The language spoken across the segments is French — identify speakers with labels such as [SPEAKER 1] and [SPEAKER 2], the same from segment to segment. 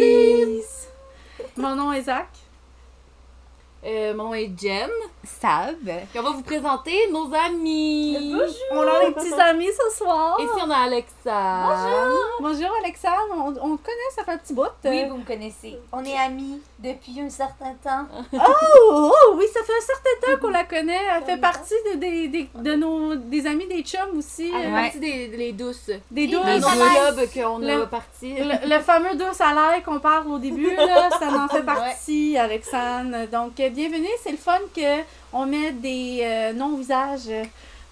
[SPEAKER 1] euh, mon nom est Zach.
[SPEAKER 2] Euh, mon nom est Jen.
[SPEAKER 3] Sab.
[SPEAKER 2] Et on va vous présenter nos amis.
[SPEAKER 1] On a des petits amis ce soir.
[SPEAKER 2] Ici, on a Alexa. Bonjour.
[SPEAKER 1] Bonjour Alexandre, on, on te connaît, ça fait un petit bout.
[SPEAKER 3] Oui,
[SPEAKER 1] euh.
[SPEAKER 3] vous me connaissez. On est amis depuis un certain temps.
[SPEAKER 1] Oh, oh, oui, ça fait un certain temps qu'on la connaît. Elle fait
[SPEAKER 3] Mhm.
[SPEAKER 1] partie de, des- des- de nos des amis des chums aussi.
[SPEAKER 2] Elle fait
[SPEAKER 1] euh,
[SPEAKER 3] Ouais.
[SPEAKER 2] partie des les douces.
[SPEAKER 1] Des
[SPEAKER 3] Et
[SPEAKER 1] douces.
[SPEAKER 2] Le
[SPEAKER 3] les
[SPEAKER 1] Le-
[SPEAKER 2] globe qu'on a
[SPEAKER 1] Le-
[SPEAKER 2] parti.
[SPEAKER 1] Le, fameux douce à l'air qu'on parle au début, là, ça en fait partie, Alexandre. Donc, euh, bienvenue. C'est le fun que on met des euh, non-visages.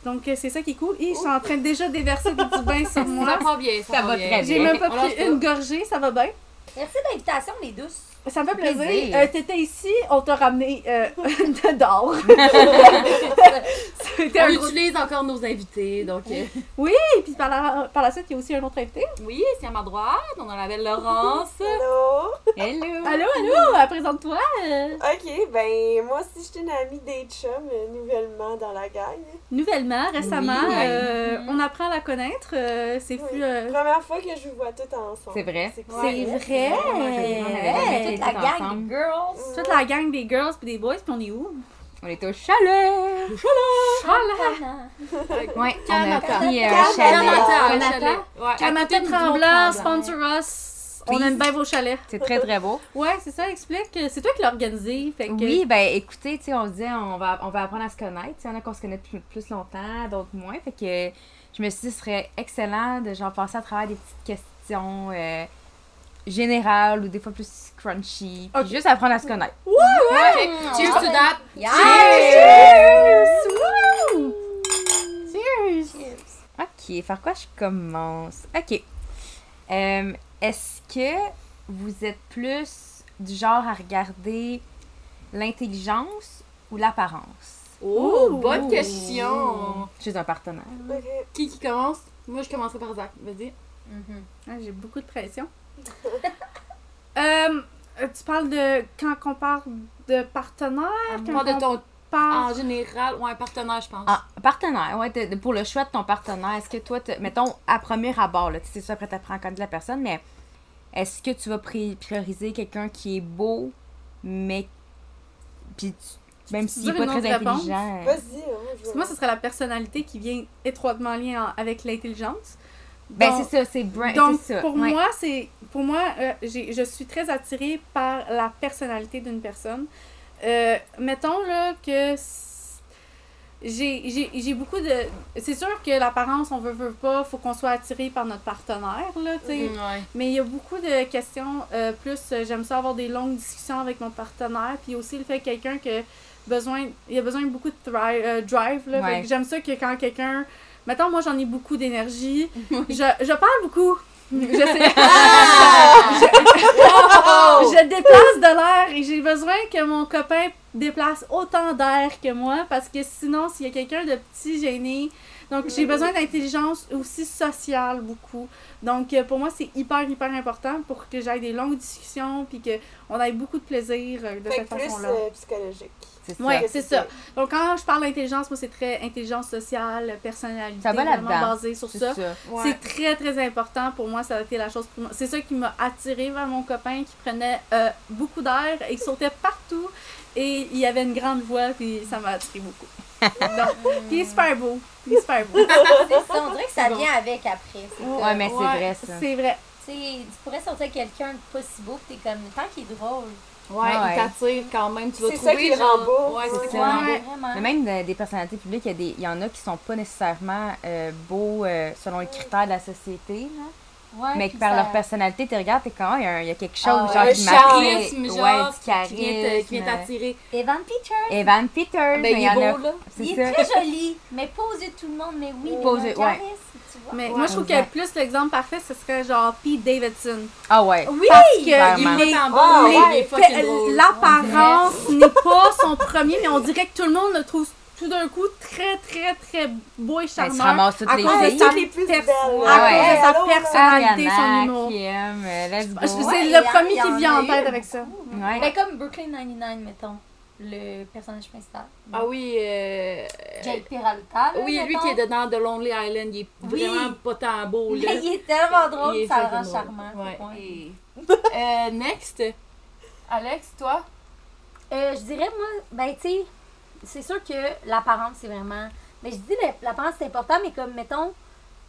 [SPEAKER 1] Donc, euh, c'est ça qui est cool. Et je suis en train de déjà déverser du bain sur
[SPEAKER 2] Ça
[SPEAKER 1] moi.
[SPEAKER 2] prend bien. Ça,
[SPEAKER 3] Ça
[SPEAKER 2] prend
[SPEAKER 3] va
[SPEAKER 2] bien.
[SPEAKER 3] très bien.
[SPEAKER 1] J'ai même pas
[SPEAKER 2] On lâche
[SPEAKER 1] pris une gorgée, ça va bien.
[SPEAKER 3] Merci de l'invitation, les douces.
[SPEAKER 1] Ça me fait plaisir.
[SPEAKER 3] Plaisir.
[SPEAKER 1] Euh, T'étais ici, on t'a ramené euh, de d'or. C'était un
[SPEAKER 2] On
[SPEAKER 1] gros...
[SPEAKER 2] utilise encore nos invités. Donc, euh,
[SPEAKER 1] Et puis par la, par la suite, il y a aussi un autre invité.
[SPEAKER 2] oui, c'est à ma droite. On a la belle Laurence.
[SPEAKER 4] Allô?
[SPEAKER 3] Hello.
[SPEAKER 1] Allô, allô, euh, présente-toi. euh,
[SPEAKER 4] Ok, ben moi aussi j'étais une amie des chums euh, nouvellement dans la gang.
[SPEAKER 1] nouvellement, récemment,
[SPEAKER 3] Oui.
[SPEAKER 1] euh,
[SPEAKER 2] Mhm.
[SPEAKER 1] on apprend à la connaître. euh, c'est
[SPEAKER 4] Oui.
[SPEAKER 1] plus... euh,
[SPEAKER 4] Première fois que je vous vois toutes ensemble.
[SPEAKER 5] C'est vrai.
[SPEAKER 4] cool. hein?
[SPEAKER 1] c'est vrai.
[SPEAKER 5] ouais, on avait
[SPEAKER 3] On
[SPEAKER 5] jamais
[SPEAKER 3] est
[SPEAKER 5] Hey,
[SPEAKER 3] toute la
[SPEAKER 5] tout
[SPEAKER 3] gang
[SPEAKER 5] ensemble.
[SPEAKER 3] de girls.
[SPEAKER 4] Mm.
[SPEAKER 1] Toute la gang des girls puis des boys, puis on est où?
[SPEAKER 5] On était au chalet.
[SPEAKER 1] Ah,
[SPEAKER 5] Ouais, on a
[SPEAKER 2] Canada.
[SPEAKER 5] pris un
[SPEAKER 4] Canada.
[SPEAKER 5] chalet.
[SPEAKER 2] Canada,
[SPEAKER 1] Canada.
[SPEAKER 2] chalet. Ouais, à
[SPEAKER 1] Camata
[SPEAKER 2] côté du
[SPEAKER 1] Tremblard,
[SPEAKER 2] Mont Tremblant.
[SPEAKER 1] sponsor us. On aime bien vos chalets.
[SPEAKER 5] C'est très très beau.
[SPEAKER 1] Ouais, c'est ça, explique. C'est toi qui l'as organisé. Fait que...
[SPEAKER 5] Oui, ben écoutez, tu sais, on se disait on va on va apprendre à se connaître. Il y en a qu'on se connaît plus, plus longtemps, d'autres moins. Fait que je me suis dit ce serait excellent de genre passer à travers des petites questions euh, générales ou des fois plus crunchy. Puis
[SPEAKER 1] Ok.
[SPEAKER 5] juste apprendre à se connaître.
[SPEAKER 2] Fait que Cheers to that.
[SPEAKER 3] Yeah.
[SPEAKER 1] Wouh!
[SPEAKER 5] Ok, par quoi je commence? Ok. Euh, Est-ce que vous êtes plus du genre à regarder l'intelligence ou l'apparence
[SPEAKER 2] Oh,
[SPEAKER 1] Ouh.
[SPEAKER 2] bonne question.
[SPEAKER 5] chez un partenaire?
[SPEAKER 4] Ok.
[SPEAKER 2] Qui qui commence? Moi, je commencerai par Zach. Vas-y.
[SPEAKER 3] Mhm.
[SPEAKER 1] Ah, J'ai beaucoup de pression. Euh, tu parles de. Quand on parle de partenaire, quand
[SPEAKER 2] Tu parles de
[SPEAKER 1] on
[SPEAKER 2] ton...
[SPEAKER 1] parle.
[SPEAKER 2] En général, ou un partenaire, je pense.
[SPEAKER 5] Ah, partenaire, ouais, de- de- pour le choix de ton partenaire, est-ce que toi, te- mettons, à premier abord, là, tu sais, ça, après t'apprends à connaître la personne, mais est-ce que tu vas pri- prioriser quelqu'un qui est beau, mais. Puis, tu- même s'il
[SPEAKER 1] veux
[SPEAKER 5] n'est pas
[SPEAKER 1] une
[SPEAKER 5] très
[SPEAKER 1] autre réponse?
[SPEAKER 5] intelligent. euh,
[SPEAKER 4] Vas-y, hein, moi je veux.
[SPEAKER 1] Moi, ce serait la personnalité qui vient étroitement liée en- avec l'intelligence.
[SPEAKER 5] Ben,
[SPEAKER 1] Donc-
[SPEAKER 5] c'est ça, c'est brun,
[SPEAKER 1] Donc,
[SPEAKER 5] c'est ça.
[SPEAKER 1] pour
[SPEAKER 5] ouais.
[SPEAKER 1] moi, c'est pour moi, euh, j'ai- je suis très attirée par la personnalité d'une personne. Euh, mettons là que s- j'ai- j'ai j'ai beaucoup de. C'est sûr que l'apparence, on veut, veut pas, faut qu'on soit attiré par notre partenaire là, tu sais.
[SPEAKER 2] Mm, ouais.
[SPEAKER 1] Mais il y a beaucoup de questions. euh, plus, euh, j'aime ça avoir des longues discussions avec mon partenaire. Puis aussi le fait que quelqu'un qui a besoin, il a besoin de beaucoup de thri- euh, drive. là. Fait
[SPEAKER 5] Ouais.
[SPEAKER 1] que j'aime ça que quand quelqu'un. Mettons, moi j'en ai beaucoup d'énergie. je, je parle beaucoup. Je sais.
[SPEAKER 5] Ah!
[SPEAKER 1] je, je déplace de l'air et j'ai besoin que mon copain déplace autant d'air que moi parce que sinon, s'il y a quelqu'un de petit gêné. Donc, j'ai besoin d'intelligence aussi sociale beaucoup. Donc, euh, pour moi, c'est hyper, hyper important pour que j'aille des longues discussions puis qu'on ait beaucoup de plaisir euh, de
[SPEAKER 4] Fait
[SPEAKER 1] cette
[SPEAKER 4] que plus
[SPEAKER 1] façon-là.
[SPEAKER 4] euh, psychologique.
[SPEAKER 5] C'est ça.
[SPEAKER 1] Ouais,
[SPEAKER 4] que
[SPEAKER 1] c'est
[SPEAKER 4] c'est ça.
[SPEAKER 1] ça. Donc, quand je parle d'intelligence, moi, c'est très intelligence sociale, personnalité,
[SPEAKER 5] Ça va
[SPEAKER 1] vraiment
[SPEAKER 5] là-dedans.
[SPEAKER 1] basé sur
[SPEAKER 5] C'est
[SPEAKER 1] ça.
[SPEAKER 5] ça.
[SPEAKER 2] Ouais.
[SPEAKER 1] C'est très, très important pour moi. Ça a été la chose pour moi. C'est ça qui m'a attirée vers mon copain qui prenait euh, beaucoup d'air et qui sautait partout. Et il avait une grande voix, puis ça m'a attirée beaucoup. Donc, puis il est super beau. Il est super beau.
[SPEAKER 3] C'est ça, on dirait que ça
[SPEAKER 2] bon.
[SPEAKER 3] vient avec après. c'est
[SPEAKER 1] Ouais,
[SPEAKER 3] comme-
[SPEAKER 5] Ouais, mais c'est
[SPEAKER 2] Ouais,
[SPEAKER 5] vrai, ça.
[SPEAKER 1] C'est vrai.
[SPEAKER 3] Tu sais, tu pourrais sortir avec quelqu'un de pas si beau, pis t'es comme, tant qu'il est drôle.
[SPEAKER 2] Ouais,
[SPEAKER 5] Ouais.
[SPEAKER 2] il t'attire quand même. Tu vas
[SPEAKER 4] C'est
[SPEAKER 2] trouver.
[SPEAKER 4] ça qui le rend
[SPEAKER 2] genre-
[SPEAKER 4] beau.
[SPEAKER 2] Ouais, c'est ça qui le
[SPEAKER 5] Ouais.
[SPEAKER 2] rend beau.
[SPEAKER 3] vraiment.
[SPEAKER 5] Mais même de- des personnalités publiques, il y, a des- il y en a qui sont pas nécessairement euh, beaux euh, selon les critères de la société, là.
[SPEAKER 3] Ouais,
[SPEAKER 5] mais que
[SPEAKER 3] puis
[SPEAKER 5] par
[SPEAKER 3] ça-
[SPEAKER 5] leur personnalité, tu regardes, t'es quand il y, a un- il y a quelque chose,
[SPEAKER 3] Ah,
[SPEAKER 5] genre,
[SPEAKER 2] Un
[SPEAKER 5] qui m'attire.
[SPEAKER 2] charisme, genre,
[SPEAKER 5] ouais, du
[SPEAKER 2] qui- qui vient te- qui vient
[SPEAKER 5] charisme.
[SPEAKER 2] t'attirer.
[SPEAKER 3] Evan Peters,
[SPEAKER 5] Evan Peters,
[SPEAKER 2] Ben,
[SPEAKER 5] mais
[SPEAKER 2] il
[SPEAKER 5] il
[SPEAKER 2] est
[SPEAKER 5] y en
[SPEAKER 2] beau,
[SPEAKER 5] a.
[SPEAKER 2] là.
[SPEAKER 5] C'est
[SPEAKER 3] il
[SPEAKER 5] ça.
[SPEAKER 3] est très joli, mais pas aux yeux de tout le monde, mais oui,
[SPEAKER 5] Pas aux
[SPEAKER 3] il a un
[SPEAKER 5] yeux- ouais.
[SPEAKER 3] charisme, tu vois.
[SPEAKER 1] Mais moi, je trouve que
[SPEAKER 5] exact.
[SPEAKER 1] plus l'exemple parfait, ce serait genre Pete Davidson.
[SPEAKER 5] Ah
[SPEAKER 1] Oh,
[SPEAKER 5] ouais.
[SPEAKER 3] Oui!
[SPEAKER 1] Parce que
[SPEAKER 5] Clairement.
[SPEAKER 2] Il
[SPEAKER 5] Maman.
[SPEAKER 2] est en
[SPEAKER 4] Ah,
[SPEAKER 2] bas, il est
[SPEAKER 1] les-
[SPEAKER 2] fucking
[SPEAKER 1] fait-
[SPEAKER 2] drôle.
[SPEAKER 1] l'apparence n'est pas son premier, mais on dirait que tout le monde le trouve tout d'un coup très, très, très beau
[SPEAKER 2] Ben,
[SPEAKER 1] et
[SPEAKER 5] Elle se
[SPEAKER 1] charmant.
[SPEAKER 5] ramasse Ben, toutes
[SPEAKER 1] à
[SPEAKER 5] les
[SPEAKER 1] cause de
[SPEAKER 5] filles.
[SPEAKER 1] sa,
[SPEAKER 4] les plus
[SPEAKER 1] pers-
[SPEAKER 4] belles.
[SPEAKER 1] à
[SPEAKER 5] Ouais.
[SPEAKER 1] cause de sa
[SPEAKER 4] Allô, là.
[SPEAKER 1] personnalité, son
[SPEAKER 5] Ariana,
[SPEAKER 1] humour. Ah,
[SPEAKER 5] Kim, euh, let's
[SPEAKER 1] Je- C'est
[SPEAKER 5] go.
[SPEAKER 3] Ouais,
[SPEAKER 1] le
[SPEAKER 3] il y a-
[SPEAKER 1] premier
[SPEAKER 3] il y
[SPEAKER 1] qui
[SPEAKER 3] en
[SPEAKER 1] vient
[SPEAKER 3] a
[SPEAKER 1] en tête
[SPEAKER 3] eu
[SPEAKER 1] avec ça.
[SPEAKER 5] Ouais.
[SPEAKER 3] Ben, comme Brooklyn 99, mettons, le personnage principal.
[SPEAKER 2] Ah oui, euh,
[SPEAKER 3] Jake Peralta. là,
[SPEAKER 2] oui, lui
[SPEAKER 3] mettons.
[SPEAKER 2] qui est dedans de Lonely Island, il est
[SPEAKER 3] Oui.
[SPEAKER 2] vraiment pas tant beau. Là.
[SPEAKER 3] Mais il est tellement drôle,
[SPEAKER 2] Il est
[SPEAKER 3] ça le rend
[SPEAKER 2] fucking drôle.
[SPEAKER 3] charmant.
[SPEAKER 2] Ouais.
[SPEAKER 3] Ouais.
[SPEAKER 2] Euh, next.
[SPEAKER 6] Alex, toi?
[SPEAKER 3] Euh, je dirais, moi, ben, tu sais, c'est sûr que l'apparence, c'est vraiment. Mais je dis, mais l'apparence, c'est important, mais comme, mettons,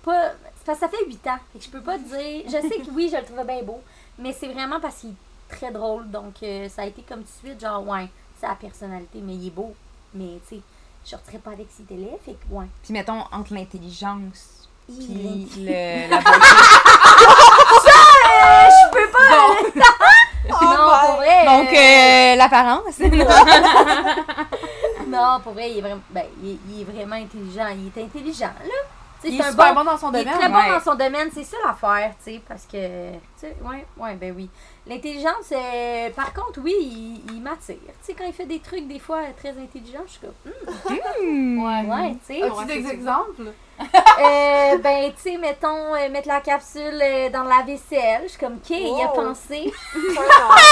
[SPEAKER 3] pas. c'est parce que ça fait 8 ans. Fait que je peux pas dire. Je sais que oui, je le trouvais bien beau, mais c'est vraiment parce qu'il est très drôle. Donc, euh, ça a été comme tout de suite, genre, ouais, c'est la personnalité, mais il est beau. Mais, tu sais, je sortirais pas avec cet élève, fait que, ouais.
[SPEAKER 5] Puis mettons, entre l'intelligence puis
[SPEAKER 3] Il est.
[SPEAKER 5] le, la beauté.
[SPEAKER 3] Euh, je peux pas!
[SPEAKER 4] Oh
[SPEAKER 3] non, pour
[SPEAKER 4] my-
[SPEAKER 3] vrai!
[SPEAKER 5] Donc,
[SPEAKER 3] euh,
[SPEAKER 5] euh, l'apparence. euh,
[SPEAKER 3] Non, pour vrai, il est vraiment, ben, il, est- il est vraiment intelligent. Il est intelligent, là. Tu sais,
[SPEAKER 5] Il
[SPEAKER 3] c'est
[SPEAKER 5] est
[SPEAKER 3] un
[SPEAKER 5] super
[SPEAKER 3] bon-
[SPEAKER 5] bon dans son
[SPEAKER 3] Il est
[SPEAKER 5] domaine.
[SPEAKER 3] très bon
[SPEAKER 5] ouais.
[SPEAKER 3] dans son domaine, c'est ça l'affaire, tu sais, parce que, tu sais, ouais, ouais, ben oui. L'intelligence, euh, par contre, oui, il, il m'attire. Tu sais, quand il fait des trucs, des fois, euh, très intelligents, je suis comme, hum,
[SPEAKER 5] Hmm.
[SPEAKER 3] ouais, tu sais.
[SPEAKER 6] As-tu des exemples?
[SPEAKER 3] Euh, ben, tu sais, mettons, euh, mettre la capsule euh, dans la vaisselle, je suis comme, OK, il a
[SPEAKER 4] Wow.
[SPEAKER 3] pensé.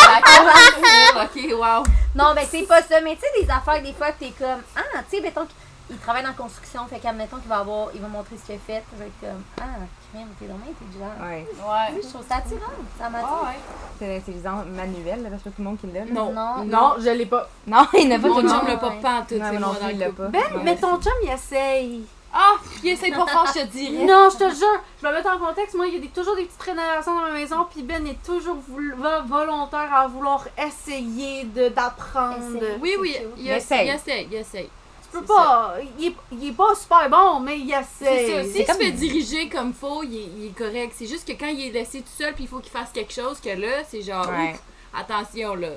[SPEAKER 6] La capsule, ok, wow.
[SPEAKER 3] Non, ben, c'est pas ça, mais tu sais, des affaires, des fois, que t'es comme, ah, tu sais, mettons qu'il travaille dans la construction, fait qu'admettons qu'il va avoir, il va montrer ce qu'il a fait, je vais être comme, ah, crème, t'es vraiment intelligent.
[SPEAKER 5] Ouais.
[SPEAKER 6] Ouais.
[SPEAKER 3] Oui, je trouve ça attirant, ça m'attire.
[SPEAKER 6] Ah, ouais.
[SPEAKER 5] C'est l'intelligence manuelle, là, parce que tout le monde qui
[SPEAKER 1] Ah,
[SPEAKER 5] l'a. là.
[SPEAKER 2] Non.
[SPEAKER 3] Non.
[SPEAKER 2] Non, je l'ai pas.
[SPEAKER 5] Non, il n'a pas
[SPEAKER 2] Mon
[SPEAKER 5] tout le
[SPEAKER 2] chum
[SPEAKER 5] monde.
[SPEAKER 2] l'a pas
[SPEAKER 3] Ouais.
[SPEAKER 2] pantoute,
[SPEAKER 5] Non,
[SPEAKER 2] c'est
[SPEAKER 5] moi non
[SPEAKER 2] moi dans
[SPEAKER 5] plus, il
[SPEAKER 2] le
[SPEAKER 5] l'a
[SPEAKER 2] couple.
[SPEAKER 5] pas.
[SPEAKER 1] Ben, mais ton chum, il essaye.
[SPEAKER 6] Ah, il essaie pas fort, je te dirais.
[SPEAKER 1] Non, je te jure, je vais mettre en contexte. Moi, il y a des- toujours des petites rénovations dans ma maison, puis Ben est toujours voul- va- volontaire à vouloir essayer de- d'apprendre.
[SPEAKER 3] Essayer.
[SPEAKER 2] Oui, oui,
[SPEAKER 3] C'est
[SPEAKER 2] il
[SPEAKER 5] cute.
[SPEAKER 2] essaye, il
[SPEAKER 5] Essaye.
[SPEAKER 2] essaye, il essaye.
[SPEAKER 1] Tu peux pas. Il est, il est pas super bon, mais il
[SPEAKER 2] C'est
[SPEAKER 1] essaye.
[SPEAKER 2] ça, s'il
[SPEAKER 5] comme-
[SPEAKER 2] se fait diriger comme faut, il est, il est correct. C'est juste que quand il est laissé tout seul, puis il faut qu'il fasse quelque chose, que là, c'est genre,
[SPEAKER 5] Ouais.
[SPEAKER 2] ouf, attention là.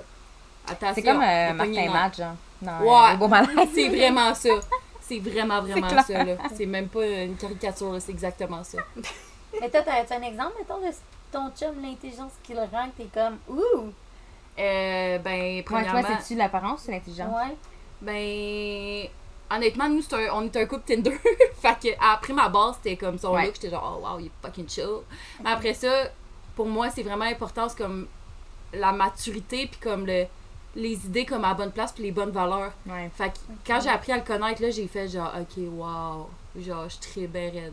[SPEAKER 2] Attention.
[SPEAKER 5] C'est comme euh,
[SPEAKER 2] on pogne
[SPEAKER 5] Martin
[SPEAKER 2] une
[SPEAKER 5] Match, genre. Non, euh,
[SPEAKER 2] Ouais.
[SPEAKER 5] ouais. beau malade.
[SPEAKER 2] C'est vraiment ça. C'est vraiment, vraiment
[SPEAKER 5] clair.
[SPEAKER 2] ça. là. C'est même pas une caricature, là, c'est exactement ça.
[SPEAKER 3] Mais toi, t'aurais-tu un exemple, mettons, de ton chum, l'intelligence qui le rend, que t'es comme, ouh!
[SPEAKER 2] Euh, ben,
[SPEAKER 5] Toi,
[SPEAKER 2] premièrement,
[SPEAKER 5] toi c'est-tu l'apparence ou l'intelligence?
[SPEAKER 3] Ouais.
[SPEAKER 2] ben, honnêtement, nous, c'est un- on est un couple Tinder. fait que, après ma base, c'était comme son
[SPEAKER 5] Ouais.
[SPEAKER 2] look, j'étais genre, oh wow, il est fucking chill. Mais après ça, pour moi, c'est vraiment important, c'est comme la maturité, puis comme le, les idées comme à la bonne place, puis les bonnes valeurs.
[SPEAKER 5] Ouais.
[SPEAKER 2] Fait que quand j'ai appris à le connaître, là, j'ai fait genre, ok, wow, genre, je suis très bien raide.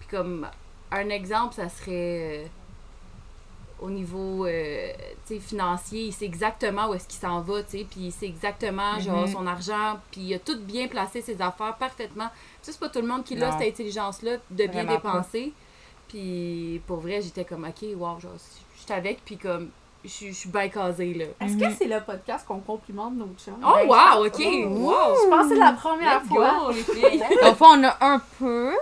[SPEAKER 2] Puis comme, un exemple, ça serait euh, au niveau, euh, tu sais, financier, il sait exactement où est-ce qu'il s'en va, tu sais, puis il sait exactement, genre,
[SPEAKER 5] Mhm.
[SPEAKER 2] son argent, puis il a tout bien placé ses affaires parfaitement. Ça, c'est pas tout le monde qui l'a,
[SPEAKER 5] Non.
[SPEAKER 2] cette intelligence-là, de bien
[SPEAKER 5] Vraiment pas.
[SPEAKER 2] dépenser. Puis, pour vrai, j'étais comme, ok, wow, genre, je suis avec, puis comme, je suis- je suis bien casée, là.
[SPEAKER 4] Est-ce
[SPEAKER 5] Mhm.
[SPEAKER 4] que c'est le podcast qu'on complimente nos chums?
[SPEAKER 2] Oh, wow, ok, wow!
[SPEAKER 1] Je pense que c'est la première
[SPEAKER 2] Let's
[SPEAKER 1] fois.
[SPEAKER 2] go, les filles!
[SPEAKER 5] Au fond, on a un peu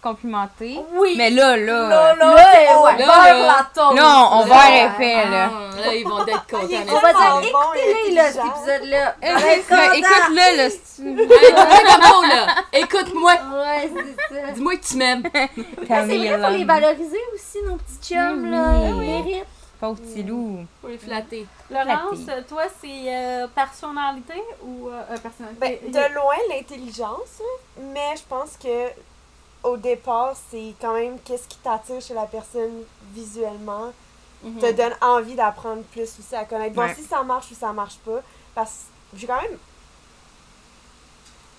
[SPEAKER 5] complimenté.
[SPEAKER 1] Oui.
[SPEAKER 5] Mais là, là.
[SPEAKER 1] là, là, on beurre
[SPEAKER 2] là, là.
[SPEAKER 1] la taupe.
[SPEAKER 5] Là, on
[SPEAKER 2] Là,
[SPEAKER 5] va à
[SPEAKER 2] ouais.
[SPEAKER 5] l'effet, là.
[SPEAKER 2] Ah, là, ils vont être contents.
[SPEAKER 4] Il est
[SPEAKER 2] les
[SPEAKER 4] content.
[SPEAKER 3] On va
[SPEAKER 4] Ah,
[SPEAKER 3] dire,
[SPEAKER 4] bon,
[SPEAKER 3] écoutez-le,
[SPEAKER 4] il est
[SPEAKER 3] là, cet
[SPEAKER 4] intelligent.
[SPEAKER 3] épisode-là.
[SPEAKER 5] Eh,
[SPEAKER 3] Vous allez être
[SPEAKER 5] là,
[SPEAKER 3] contents.
[SPEAKER 5] Écoute-le, là, si tu
[SPEAKER 2] Hey, écoute-moi, Gabo, là. Écoute-moi.
[SPEAKER 3] Ouais, c'est ça.
[SPEAKER 2] Dis-moi que tu m'aimes.
[SPEAKER 3] Mais C'est vrai, faut les
[SPEAKER 5] Camille,
[SPEAKER 3] valoriser aussi, nos petits chums,
[SPEAKER 5] Mais
[SPEAKER 3] là.
[SPEAKER 5] oui.
[SPEAKER 3] Ils méritent.
[SPEAKER 5] Pauvre petit loup.
[SPEAKER 2] Faut les flatter.
[SPEAKER 1] Laurence, toi, c'est euh, personnalité ou euh, euh, personnalité?
[SPEAKER 4] Ben, de loin, l'intelligence, hein, mais je pense que au départ, c'est quand même qu'est-ce qui t'attire chez la personne visuellement,
[SPEAKER 2] Hmm.
[SPEAKER 4] te donne envie d'apprendre plus aussi à connaître. Bon,
[SPEAKER 5] Ouais.
[SPEAKER 4] si ça marche ou ça marche pas, parce que j'ai quand même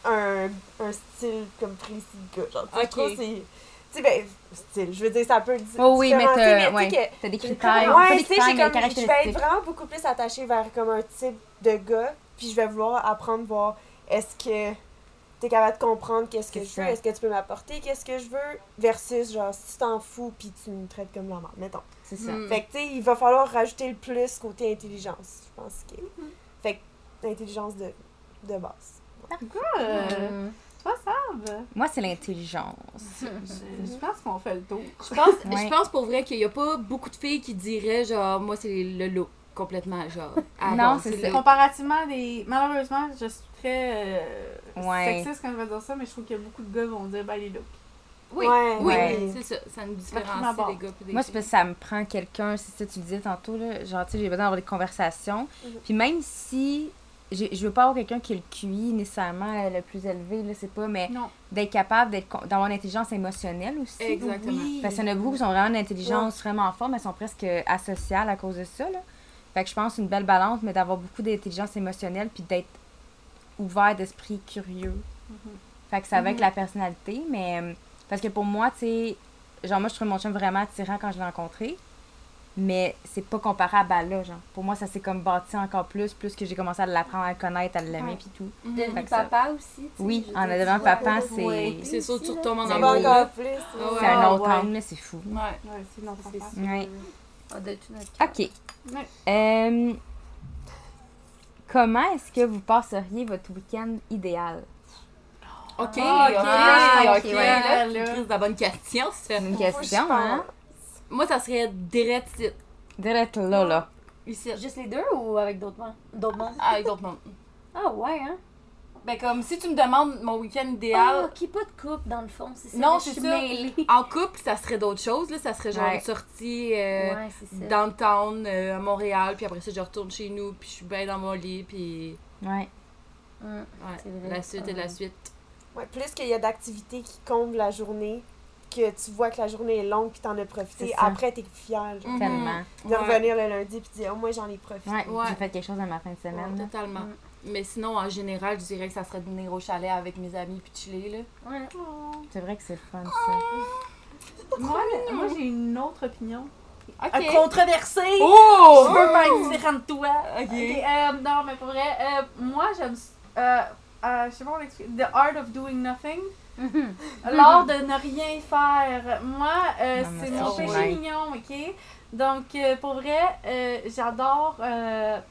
[SPEAKER 4] un, un style comme précis de gars. Genre, tu sais,
[SPEAKER 2] Ok.
[SPEAKER 4] je trouve que c'est. Tu sais, ben, style, je veux dire, ça peut di-
[SPEAKER 5] Oh oui, mais
[SPEAKER 4] différencier,
[SPEAKER 5] t'as
[SPEAKER 4] mais tu sais
[SPEAKER 5] ouais,
[SPEAKER 4] que-
[SPEAKER 5] t'as des
[SPEAKER 4] j'ai
[SPEAKER 5] critères.
[SPEAKER 4] comme-
[SPEAKER 5] pas
[SPEAKER 4] Ouais,
[SPEAKER 5] des
[SPEAKER 4] tu sais,
[SPEAKER 5] critères,
[SPEAKER 4] j'ai
[SPEAKER 5] mais des
[SPEAKER 4] comme- je vais
[SPEAKER 5] caractéristiques.
[SPEAKER 4] être vraiment beaucoup plus attachée vers comme un type de gars, puis je vais vouloir apprendre, voir est-ce que t'es capable de comprendre qu'est-ce que
[SPEAKER 5] C'est
[SPEAKER 4] je veux,
[SPEAKER 5] ça.
[SPEAKER 4] est-ce que tu peux m'apporter, qu'est-ce que je veux, versus genre si tu t'en fous puis tu me traites comme la merde, mettons.
[SPEAKER 5] C'est ça.
[SPEAKER 2] Mm.
[SPEAKER 4] Fait que tu sais, il va falloir rajouter le plus côté intelligence, je pense que. Fait que l'intelligence de, de base.
[SPEAKER 1] Euh,
[SPEAKER 3] Hum.
[SPEAKER 1] Toi, Sab?
[SPEAKER 5] Moi, c'est l'intelligence.
[SPEAKER 1] Je pense qu'on fait le tour.
[SPEAKER 2] Je pense,
[SPEAKER 5] Ouais.
[SPEAKER 2] je pense pour vrai qu'il n'y a pas beaucoup de filles qui diraient, genre, moi, c'est le look. Complètement, genre. Ah
[SPEAKER 5] Non,
[SPEAKER 2] bon,
[SPEAKER 5] c'est
[SPEAKER 2] le
[SPEAKER 5] ça.
[SPEAKER 2] look.
[SPEAKER 1] Comparativement à des. Malheureusement, je suis très euh,
[SPEAKER 5] Ouais.
[SPEAKER 1] sexiste quand je vais dire ça, mais je trouve qu'il y a beaucoup de gars qui vont dire ben les looks.
[SPEAKER 2] Oui,
[SPEAKER 4] Ouais.
[SPEAKER 2] oui,
[SPEAKER 5] Ouais.
[SPEAKER 2] c'est ça. Ça nous
[SPEAKER 1] Après,
[SPEAKER 2] différencie
[SPEAKER 1] ma
[SPEAKER 2] des
[SPEAKER 1] barre.
[SPEAKER 2] gars et des
[SPEAKER 5] Moi, c'est
[SPEAKER 2] filles.
[SPEAKER 5] parce que ça me prend quelqu'un, c'est ça que tu disais tantôt, là, genre, tu sais, j'ai besoin d'avoir des conversations.
[SPEAKER 4] Mhm.
[SPEAKER 5] Puis même si j'ai- je veux pas avoir quelqu'un qui est le QI nécessairement euh, le plus élevé, là, c'est pas, mais
[SPEAKER 1] Non.
[SPEAKER 5] d'être capable d'être con- d'avoir une intelligence émotionnelle aussi.
[SPEAKER 2] Exactement.
[SPEAKER 1] Oui.
[SPEAKER 5] Parce qu'il y en a beaucoup qui sont vraiment d'intelligence vraiment forte, mais elles sont presque asociales à cause de ça. Là. Fait que je pense une belle balance, mais d'avoir beaucoup d'intelligence émotionnelle puis d'être ouvert d'esprit curieux. Fait que c'est avec la personnalité, mais euh, parce que pour moi, tu sais, genre moi je trouve mon chum vraiment attirant quand je l'ai rencontré. mais c'est pas comparable à là, genre. Pour moi, ça s'est comme bâti encore plus, plus que j'ai commencé à l'apprendre, à le connaître, à l'aimer,
[SPEAKER 3] Ouais.
[SPEAKER 5] puis tout. Fait
[SPEAKER 3] Devenu
[SPEAKER 5] que ça-
[SPEAKER 3] papa aussi. tu sais,
[SPEAKER 5] Oui,
[SPEAKER 3] je veux
[SPEAKER 5] en
[SPEAKER 3] dire,
[SPEAKER 5] devenant
[SPEAKER 3] tu vois,
[SPEAKER 5] papa, c'est-
[SPEAKER 3] ouais.
[SPEAKER 5] Puis
[SPEAKER 2] C'est sûr,
[SPEAKER 3] aussi,
[SPEAKER 2] tu
[SPEAKER 3] là,
[SPEAKER 2] retombes en
[SPEAKER 5] C'est
[SPEAKER 4] C'est
[SPEAKER 5] bon,
[SPEAKER 4] pas
[SPEAKER 5] oui.
[SPEAKER 2] amour.
[SPEAKER 4] encore plus.
[SPEAKER 2] Ah
[SPEAKER 5] C'est
[SPEAKER 2] ouais.
[SPEAKER 5] un
[SPEAKER 1] Ah,
[SPEAKER 5] autre
[SPEAKER 1] ouais.
[SPEAKER 5] angle, là, c'est fou.
[SPEAKER 6] Ouais.
[SPEAKER 1] Ouais, c'est notre
[SPEAKER 6] C'est
[SPEAKER 1] affaire.
[SPEAKER 6] sûr.
[SPEAKER 5] Ouais.
[SPEAKER 3] Ah, de tout notre cœur.
[SPEAKER 5] OK.
[SPEAKER 1] Ouais.
[SPEAKER 5] Euh, comment est-ce que vous passeriez votre week-end idéal?
[SPEAKER 2] Ok,
[SPEAKER 1] Ah,
[SPEAKER 2] ok,
[SPEAKER 1] ok,
[SPEAKER 2] ok,
[SPEAKER 3] ok,
[SPEAKER 2] là,
[SPEAKER 1] ouais,
[SPEAKER 2] c'est une
[SPEAKER 1] là.
[SPEAKER 2] crise de la bonne question, ça.
[SPEAKER 5] C'est une
[SPEAKER 4] Faut que je
[SPEAKER 5] question,
[SPEAKER 4] pense.
[SPEAKER 5] hein?
[SPEAKER 2] Moi, ça serait direct ici.
[SPEAKER 5] Direct là, là.
[SPEAKER 2] ici.
[SPEAKER 3] Juste les deux ou avec d'autres mondes? D'autres mondes?
[SPEAKER 2] Ah, avec d'autres mondes.
[SPEAKER 3] Ah ouais, hein?
[SPEAKER 2] Ben, comme si tu me demandes mon week-end
[SPEAKER 3] Ah,
[SPEAKER 2] idéal,
[SPEAKER 3] ok, pas de couple dans le fond, c'est ça.
[SPEAKER 2] Non,
[SPEAKER 3] mais
[SPEAKER 2] c'est
[SPEAKER 3] je suis
[SPEAKER 2] ça.
[SPEAKER 3] mêlée.
[SPEAKER 2] en couple, ça serait d'autres choses, là. Ça serait genre
[SPEAKER 5] Ouais.
[SPEAKER 2] une sortie euh,
[SPEAKER 3] ouais, c'est ça.
[SPEAKER 2] downtown euh, à Montréal, puis après ça, je retourne chez nous, puis je suis bien dans mon lit, puis.
[SPEAKER 5] Ouais.
[SPEAKER 3] Hum. C'est
[SPEAKER 2] Ouais,
[SPEAKER 3] vrai,
[SPEAKER 2] la suite
[SPEAKER 3] ça.
[SPEAKER 2] et la suite.
[SPEAKER 4] Ouais, plus qu'il y a d'activités qui comblent la journée, que tu vois que la journée est longue puis t'en as
[SPEAKER 5] C'est
[SPEAKER 4] profité.
[SPEAKER 5] ça.
[SPEAKER 4] Après, t'es fière. genre.
[SPEAKER 2] Mhm.
[SPEAKER 5] Tellement.
[SPEAKER 4] De
[SPEAKER 2] Ouais.
[SPEAKER 4] revenir le lundi puis de dire, oh, moi, j'en ai profité.
[SPEAKER 5] Ouais,
[SPEAKER 2] Ouais.
[SPEAKER 5] j'ai fait quelque chose à ma fin de semaine. là.
[SPEAKER 2] Totalement.
[SPEAKER 3] Mm.
[SPEAKER 2] Mais sinon, en général, je dirais que ça serait de venir au chalet avec mes amis puis chiller, là.
[SPEAKER 3] Ouais.
[SPEAKER 5] C'est vrai que c'est le fun, ça.
[SPEAKER 1] Moi, moi j'ai une autre opinion.
[SPEAKER 2] Ok.
[SPEAKER 1] Euh, Controversée.
[SPEAKER 2] Oh!
[SPEAKER 1] Je veux pas être différente de toi.
[SPEAKER 2] Ok.
[SPEAKER 1] Ok, euh, non, mais pour vrai, euh, moi j'aime. Euh, euh, je sais pas comment l'expliquer. The Art of Doing Nothing.
[SPEAKER 3] Mhm.
[SPEAKER 1] L'art de ne rien faire. Moi, euh,
[SPEAKER 5] Non, mais
[SPEAKER 1] c'est
[SPEAKER 5] ça,
[SPEAKER 1] mon
[SPEAKER 2] c'est
[SPEAKER 1] péché
[SPEAKER 5] vrai.
[SPEAKER 1] mignon, ok? Donc, euh, pour vrai, euh, j'adore. euh,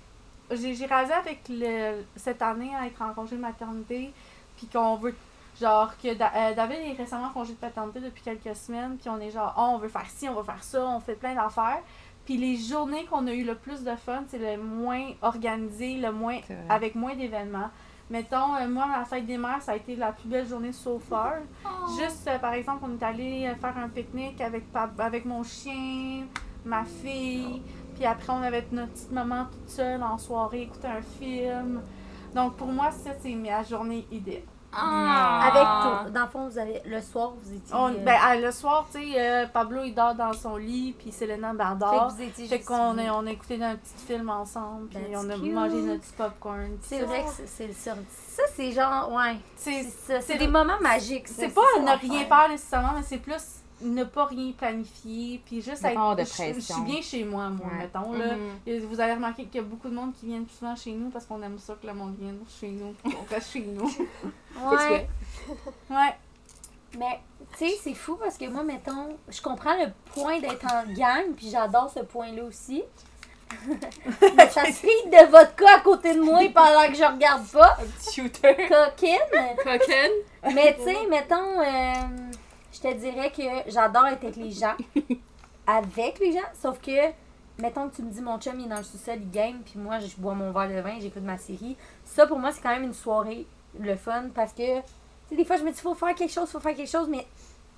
[SPEAKER 1] j'ai j'ai réalisé avec le, cette année à être en congé de maternité, puis qu'on veut. Genre, que Da- euh, David est récemment en congé de paternité depuis quelques semaines, puis on est genre, oh, on veut faire ci, on veut faire ça, on fait plein d'affaires. Puis les journées qu'on a eu le plus de fun, c'est le moins organisé, le moins
[SPEAKER 5] C'est vrai.
[SPEAKER 1] avec moins d'événements. Mettons, euh, moi, la fête des mères, ça a été la plus belle journée so far. Juste, euh, par exemple, on est allé euh, faire un pique-nique avec, pa- avec mon chien, ma fille, puis après, on avait notre petite maman toute seule en soirée, écouter un film. Donc, pour moi, ça, c'est ma journée idéale.
[SPEAKER 3] Ah. Avec
[SPEAKER 2] Ah.
[SPEAKER 3] tout. Dans le fond, vous avez le soir, vous étiez.
[SPEAKER 1] On-
[SPEAKER 3] euh,
[SPEAKER 1] ben, à- le soir, tu sais, euh, Pablo, il dort dans son lit, puis Selena, ben, elle
[SPEAKER 3] fait que
[SPEAKER 1] dort.
[SPEAKER 3] vous étiez
[SPEAKER 1] Fait
[SPEAKER 3] juste
[SPEAKER 1] qu'on
[SPEAKER 3] vous.
[SPEAKER 1] a, on a écouté un petit film ensemble, puis
[SPEAKER 3] That's
[SPEAKER 1] on a
[SPEAKER 3] cute.
[SPEAKER 1] mangé notre petit popcorn. puis
[SPEAKER 3] C'est
[SPEAKER 1] ça,
[SPEAKER 3] vrai que c'est- c'est le service. Ça, c'est genre, ouais.
[SPEAKER 1] c'est-
[SPEAKER 3] C'est ça.
[SPEAKER 1] c'est-
[SPEAKER 3] C'est des moments magiques. ça,
[SPEAKER 1] C'est pas
[SPEAKER 3] ça,
[SPEAKER 1] ne rien
[SPEAKER 3] l'affaire.
[SPEAKER 1] faire nécessairement, mais c'est plus ne pas rien planifier, puis juste
[SPEAKER 5] Ne pas avoir de
[SPEAKER 1] je- Je, suis
[SPEAKER 5] pression.
[SPEAKER 1] bien chez moi, moi,
[SPEAKER 5] Ouais.
[SPEAKER 1] mettons. Là.
[SPEAKER 2] Mhm.
[SPEAKER 1] Et Vous avez remarqué qu'il y a beaucoup de monde qui viennent souvent chez nous parce qu'on aime ça que le monde vienne chez nous, puis qu'on reste chez nous.
[SPEAKER 3] Ouais.
[SPEAKER 1] Ouais.
[SPEAKER 3] Mais tu sais, c'est fou parce que moi, mettons, je comprends le point d'être en gang, puis j'adore ce point-là aussi. Mais ça se fille de vodka à côté de moi pendant que je regarde pas.
[SPEAKER 2] Un petit shooter.
[SPEAKER 3] Coquine!
[SPEAKER 2] Coquine.
[SPEAKER 3] Mais tu sais, mettons, euh, je te dirais que j'adore être avec les gens. Avec les gens. Sauf que, mettons que tu me dis mon chum il est dans le sous-sol, il game, puis moi je bois mon verre de vin, j'écoute ma série. Ça pour moi c'est quand même une soirée le fun parce que, tu sais, des fois je me dis faut faire quelque chose, faut faire quelque chose, mais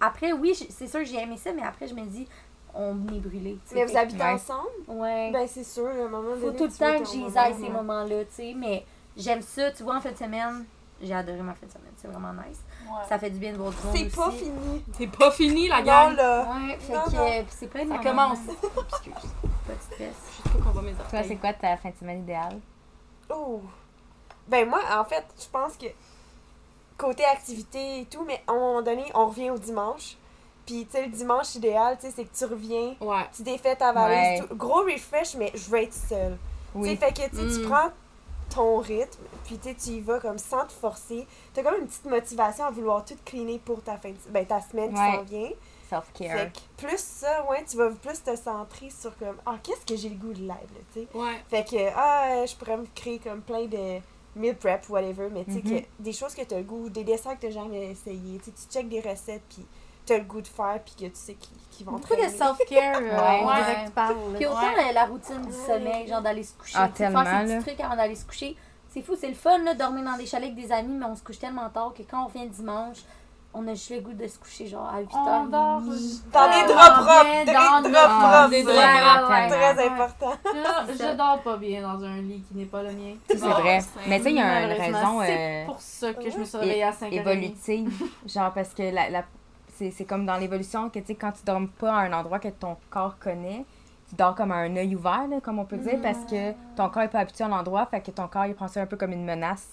[SPEAKER 3] après, oui, je- c'est sûr j'ai aimé ça, mais après je me dis on est brûlé. tu sais.
[SPEAKER 4] Mais vous habitez
[SPEAKER 5] Ouais.
[SPEAKER 4] ensemble?
[SPEAKER 3] Ouais
[SPEAKER 4] Ben, c'est sûr, à un moment donné.
[SPEAKER 3] faut tout le
[SPEAKER 4] tu veux
[SPEAKER 3] temps
[SPEAKER 4] ton
[SPEAKER 3] que j'y
[SPEAKER 4] moment.
[SPEAKER 3] aille ces moments-là, tu sais, mais j'aime ça, tu vois, en fin de semaine, j'ai adoré ma fin de semaine, c'est vraiment nice.
[SPEAKER 6] Ouais.
[SPEAKER 3] Ça fait du bien de voir du monde
[SPEAKER 4] C'est
[SPEAKER 3] aussi.
[SPEAKER 4] pas fini.
[SPEAKER 2] C'est pas fini, la
[SPEAKER 4] Non,
[SPEAKER 2] Ah, gang.
[SPEAKER 4] là.
[SPEAKER 3] Ouais, fait
[SPEAKER 4] Non,
[SPEAKER 3] que
[SPEAKER 4] non.
[SPEAKER 3] euh, pis c'est plein de
[SPEAKER 2] Ça
[SPEAKER 3] moments,
[SPEAKER 2] commence.
[SPEAKER 3] hein,
[SPEAKER 2] Excuse.
[SPEAKER 3] petite pièce.
[SPEAKER 2] Je trouve qu'on va mes oreilles.
[SPEAKER 5] Toi, c'est quoi ta fin de semaine idéale?
[SPEAKER 4] Ouh. Ben, moi, en fait, je pense que côté activité et tout, mais à un moment donné, on revient au dimanche. Puis, tu sais, le dimanche idéal, tu sais, c'est que tu reviens,
[SPEAKER 2] Ouais.
[SPEAKER 4] tu défais ta valise.
[SPEAKER 5] Ouais.
[SPEAKER 4] tout. Gros refresh, mais je vais être seule. Tu sais,
[SPEAKER 5] Oui.
[SPEAKER 4] fait que tu sais, tu
[SPEAKER 2] Mm.
[SPEAKER 4] prends ton rythme, puis tu sais, tu y vas comme sans te forcer. T'as comme une petite motivation à vouloir tout cleaner pour ta fin de- ben, ta semaine
[SPEAKER 5] Ouais.
[SPEAKER 4] qui s'en vient. Fait
[SPEAKER 5] Self-care.
[SPEAKER 4] que plus ça, ouais, tu vas plus te centrer sur comme ah qu'est-ce que j'ai le goût de l'aide, là, tu sais.
[SPEAKER 2] Ouais.
[SPEAKER 4] Fait que ah je pourrais me créer comme plein de meal prep whatever, mais tu sais
[SPEAKER 5] Mhm.
[SPEAKER 4] que des choses que t'as le goût, des dessins que t'as jamais essayé, tu sais, tu check des recettes puis t'as le goût de faire puis que tu sais qui, qui vont
[SPEAKER 1] Beaucoup de
[SPEAKER 4] t'aimer.
[SPEAKER 1] self-care, euh,
[SPEAKER 5] Ouais.
[SPEAKER 1] on dirait
[SPEAKER 6] Ouais.
[SPEAKER 1] que tu parles. là.
[SPEAKER 3] Puis autant
[SPEAKER 1] Ouais.
[SPEAKER 3] euh, la routine du sommeil, genre d'aller se coucher,
[SPEAKER 5] Ah,
[SPEAKER 3] tu sais, faire
[SPEAKER 5] tellement,
[SPEAKER 3] ces petits
[SPEAKER 5] là.
[SPEAKER 3] trucs avant d'aller se coucher. C'est fou, c'est le fun, là, dormir dans des chalets avec des amis, mais on se couche tellement tard que quand on vient dimanche, on a juste le goût de se coucher genre à 8 h
[SPEAKER 1] On dort.
[SPEAKER 4] Dans les
[SPEAKER 1] Ah,
[SPEAKER 4] drops
[SPEAKER 1] on
[SPEAKER 4] propres,
[SPEAKER 1] vient
[SPEAKER 4] dans
[SPEAKER 1] dans
[SPEAKER 4] les
[SPEAKER 1] nos-
[SPEAKER 4] drops
[SPEAKER 5] Ah,
[SPEAKER 4] propres,
[SPEAKER 2] des
[SPEAKER 4] ça,
[SPEAKER 2] drops
[SPEAKER 5] propres.
[SPEAKER 4] très
[SPEAKER 1] Ouais.
[SPEAKER 4] important.
[SPEAKER 1] Je, je dors pas bien dans un lit qui n'est pas le mien.
[SPEAKER 5] Ça, c'est
[SPEAKER 2] Oh,
[SPEAKER 5] vrai.
[SPEAKER 2] c'est-
[SPEAKER 5] Mais tu sais, il y a une
[SPEAKER 1] Malheureusement,
[SPEAKER 5] raison
[SPEAKER 1] C'est
[SPEAKER 5] euh,
[SPEAKER 1] pour ça que je me suis réveillée à 5 h
[SPEAKER 5] évolutive. genre, parce que la, la- c'est c'est comme dans l'évolution que, tu sais, quand tu dors pas à un endroit que ton corps connaît, tu dors comme à un œil ouvert, là, comme on peut dire, parce que ton corps est pas habitué à l'endroit, fait que ton corps, il prend ça un peu comme une menace.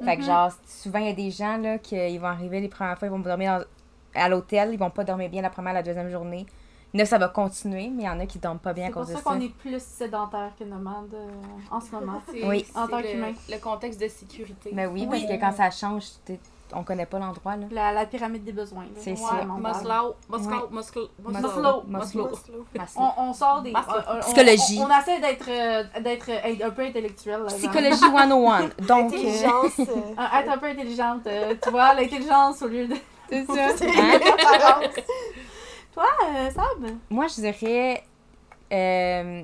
[SPEAKER 1] Mm-hmm.
[SPEAKER 5] Fait que, genre, souvent, il y a des gens, là, qui ils vont arriver les premières fois, ils vont dormir dans- à l'hôtel, ils vont pas dormir bien la première, la deuxième journée. Là, ça va continuer, mais il y en a qui dorment pas bien à
[SPEAKER 1] C'est pour
[SPEAKER 5] cause de
[SPEAKER 1] ça
[SPEAKER 5] ça.
[SPEAKER 1] qu'on est plus sédentaire que nomade euh, en ce moment.
[SPEAKER 2] C'est-
[SPEAKER 5] Oui.
[SPEAKER 2] c'est
[SPEAKER 1] En tant
[SPEAKER 2] le-
[SPEAKER 1] qu'humain.
[SPEAKER 2] Le contexte de sécurité.
[SPEAKER 5] Mais Ben oui, parce que quand ça change, t'es- on connaît pas l'endroit, là.
[SPEAKER 1] La, la pyramide des besoins. là.
[SPEAKER 5] C'est
[SPEAKER 1] Ouais,
[SPEAKER 5] ça.
[SPEAKER 1] mon bord.
[SPEAKER 2] Maslow, Maslow, Maslow,
[SPEAKER 5] Maslow.
[SPEAKER 2] Maslow.
[SPEAKER 1] On, on sort des.
[SPEAKER 2] Maslow.
[SPEAKER 1] on- on-
[SPEAKER 5] Psychologie.
[SPEAKER 1] On, on essaie d'être euh, d'être euh, un peu intellectuel. là, genre.
[SPEAKER 5] Psychologie 101. Donc, euh,
[SPEAKER 4] Intelligence. euh,
[SPEAKER 1] Euh, être un peu intelligente, euh, tu vois, l'intelligence au lieu de.
[SPEAKER 5] c'est ça. Hein?
[SPEAKER 4] apparence.
[SPEAKER 1] Toi, euh, Sab?
[SPEAKER 5] Moi, je dirais euh,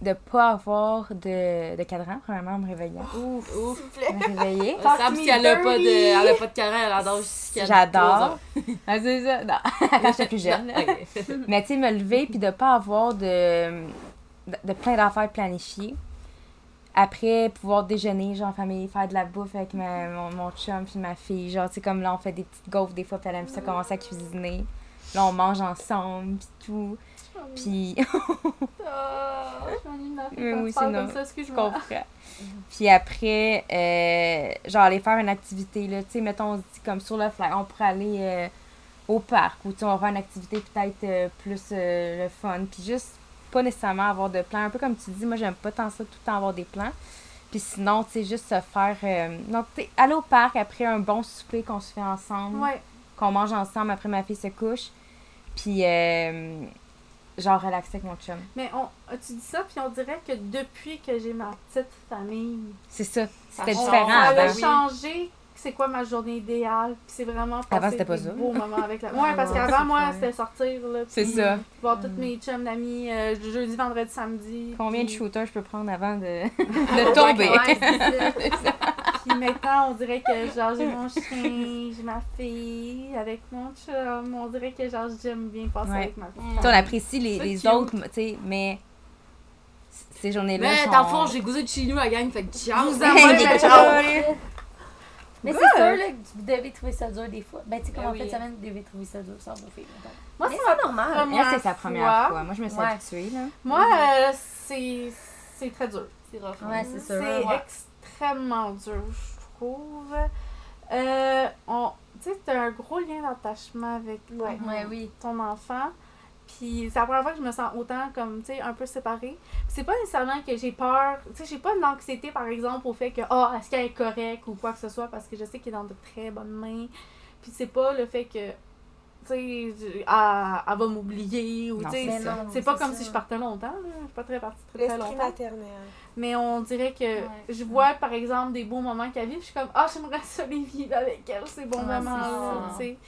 [SPEAKER 5] de pas avoir de, de cadran, premièrement, en me réveillant.
[SPEAKER 2] Ouf, ouf.
[SPEAKER 5] Me réveiller.
[SPEAKER 1] Talk
[SPEAKER 2] Sam,
[SPEAKER 1] to
[SPEAKER 2] si
[SPEAKER 1] me
[SPEAKER 2] elle a pas de,
[SPEAKER 1] dirty.
[SPEAKER 2] elle a pas de carré, elle adore juste ce qu'il y a de
[SPEAKER 5] J'adore. Ah, c'est ça. Non, quand j'étais plus jeune.
[SPEAKER 2] gros,
[SPEAKER 5] là.
[SPEAKER 2] ça. Ok.
[SPEAKER 5] Mais tu sais, me lever puis de pas avoir de, de, de plein d'affaires planifiées. Après, pouvoir déjeuner, genre en famille, faire de la bouffe avec ma- mon, mon chum puis ma fille. Genre, tu sais, comme là, on fait des petites gaufres des fois, puis elle aime ça commencer à cuisiner. Là, on mange ensemble, puis tout. Puis,
[SPEAKER 1] Ah, je m'ennuie de ma fille
[SPEAKER 5] Oui,
[SPEAKER 1] quand
[SPEAKER 5] oui,
[SPEAKER 1] tu
[SPEAKER 5] c'est
[SPEAKER 1] parles comme
[SPEAKER 5] normal.
[SPEAKER 1] ça,
[SPEAKER 5] je
[SPEAKER 1] excuse-moi.
[SPEAKER 5] comprends. Puis après, euh, genre aller faire une activité, là, tu sais, mettons, on se dit comme sur le fly, on pourrait aller euh, au parc, ou tu sais, on va faire une activité peut-être euh, plus euh, le fun, puis juste pas nécessairement avoir de plan. Un peu comme tu dis, moi, j'aime pas tant ça, tout le temps avoir des plans. Puis sinon, tu sais, juste se faire. euh, non, tu sais, aller au parc après un bon souper qu'on se fait ensemble
[SPEAKER 1] Ouais.
[SPEAKER 5] qu'on mange ensemble après ma fille se couche. Puis, euh, genre, relaxer avec mon chum.
[SPEAKER 1] Mais on, tu dis ça, puis on dirait que depuis que j'ai ma petite famille,
[SPEAKER 5] C'est ça. C'était
[SPEAKER 2] change. Ah
[SPEAKER 5] différent ben
[SPEAKER 1] ça a
[SPEAKER 5] avant.
[SPEAKER 2] oui.
[SPEAKER 1] changé. C'est quoi ma journée idéale? Puis c'est vraiment passer
[SPEAKER 5] Avant, c'était pas
[SPEAKER 1] des
[SPEAKER 5] ça.
[SPEAKER 1] beaux moments avec la. Ouais,
[SPEAKER 3] Ah,
[SPEAKER 1] parce
[SPEAKER 5] Ouais,
[SPEAKER 1] qu'avant,
[SPEAKER 5] c'est
[SPEAKER 1] moi,
[SPEAKER 5] clair.
[SPEAKER 1] c'était sortir, là.
[SPEAKER 5] C'est
[SPEAKER 1] puis
[SPEAKER 5] ça.
[SPEAKER 1] Voir toutes mes chums d'amis euh, jeudi, vendredi, samedi.
[SPEAKER 5] Combien de
[SPEAKER 1] puis- Ah,
[SPEAKER 5] shooters je peux prendre avant de, de tomber?
[SPEAKER 1] Ouais, c'est ça. Puis maintenant, on dirait que genre j'ai mon chien, j'ai ma fille, avec mon chum. On dirait que genre j'aime bien passer
[SPEAKER 5] Ouais.
[SPEAKER 1] avec ma fille.
[SPEAKER 5] Tu sais,
[SPEAKER 2] Mm.
[SPEAKER 5] on apprécie les,
[SPEAKER 2] C'est
[SPEAKER 5] les
[SPEAKER 2] cute.
[SPEAKER 5] autres, tu sais, mais c- ces journées-là.
[SPEAKER 2] Mais
[SPEAKER 5] sont-
[SPEAKER 2] dans le fond, j'ai goûté de chez nous, la gang, fait que ciao.
[SPEAKER 1] Vous
[SPEAKER 5] Hey,
[SPEAKER 1] Ouais,
[SPEAKER 5] les
[SPEAKER 1] ben,
[SPEAKER 5] gars!
[SPEAKER 3] Mais c'est
[SPEAKER 1] Good.
[SPEAKER 3] sûr là, que vous devez trouver ça dur des fois. Ben, tu sais, comme
[SPEAKER 2] Ben
[SPEAKER 3] en fait,
[SPEAKER 2] oui.
[SPEAKER 3] semaine, vous devez trouver ça dur sans vos filles. mettons. Mais
[SPEAKER 1] Moi, c'est
[SPEAKER 3] c'est normal.
[SPEAKER 1] première
[SPEAKER 5] Elle, Eh, c'est sa
[SPEAKER 1] fois.
[SPEAKER 5] première fois. Moi, je me suis
[SPEAKER 3] Ouais.
[SPEAKER 5] habituée, là.
[SPEAKER 1] Moi, euh, c'est c'est très dur.
[SPEAKER 2] C'est rough. hein.
[SPEAKER 3] Ouais, c'est
[SPEAKER 1] C'est
[SPEAKER 3] sûr. Ouais.
[SPEAKER 1] extrêmement dur, je trouve. Euh, on, tu sais, t'as un gros lien d'attachement avec
[SPEAKER 4] Ouais.
[SPEAKER 3] Ouais, oui.
[SPEAKER 1] ton enfant. Puis c'est la première fois que je me sens autant comme, tu sais, un peu séparée. Puis c'est pas nécessairement que j'ai peur, tu sais, j'ai pas d'anxiété par exemple au fait que, ah, est-ce qu'elle est correcte ou quoi que ce soit parce que je sais qu'elle est dans de très bonnes mains. Puis c'est pas le fait que, tu sais, je- elle, elle va m'oublier ou,
[SPEAKER 5] Non,
[SPEAKER 1] tu sais,
[SPEAKER 5] c'est
[SPEAKER 3] Mais
[SPEAKER 5] ça.
[SPEAKER 3] non,
[SPEAKER 1] c'est pas comme
[SPEAKER 3] ça.
[SPEAKER 1] si je partais longtemps, là. Je suis pas très partie très, très
[SPEAKER 4] L'esprit
[SPEAKER 1] longtemps.
[SPEAKER 4] maternel.
[SPEAKER 1] Mais on dirait que
[SPEAKER 2] Ouais.
[SPEAKER 1] je vois par exemple des beaux moments qu'elle vit, puis je suis comme, ah, j'aimerais ça les vivre avec elle, ces bons
[SPEAKER 3] Ouais,
[SPEAKER 1] moments
[SPEAKER 2] c'est ça.
[SPEAKER 1] tu sais.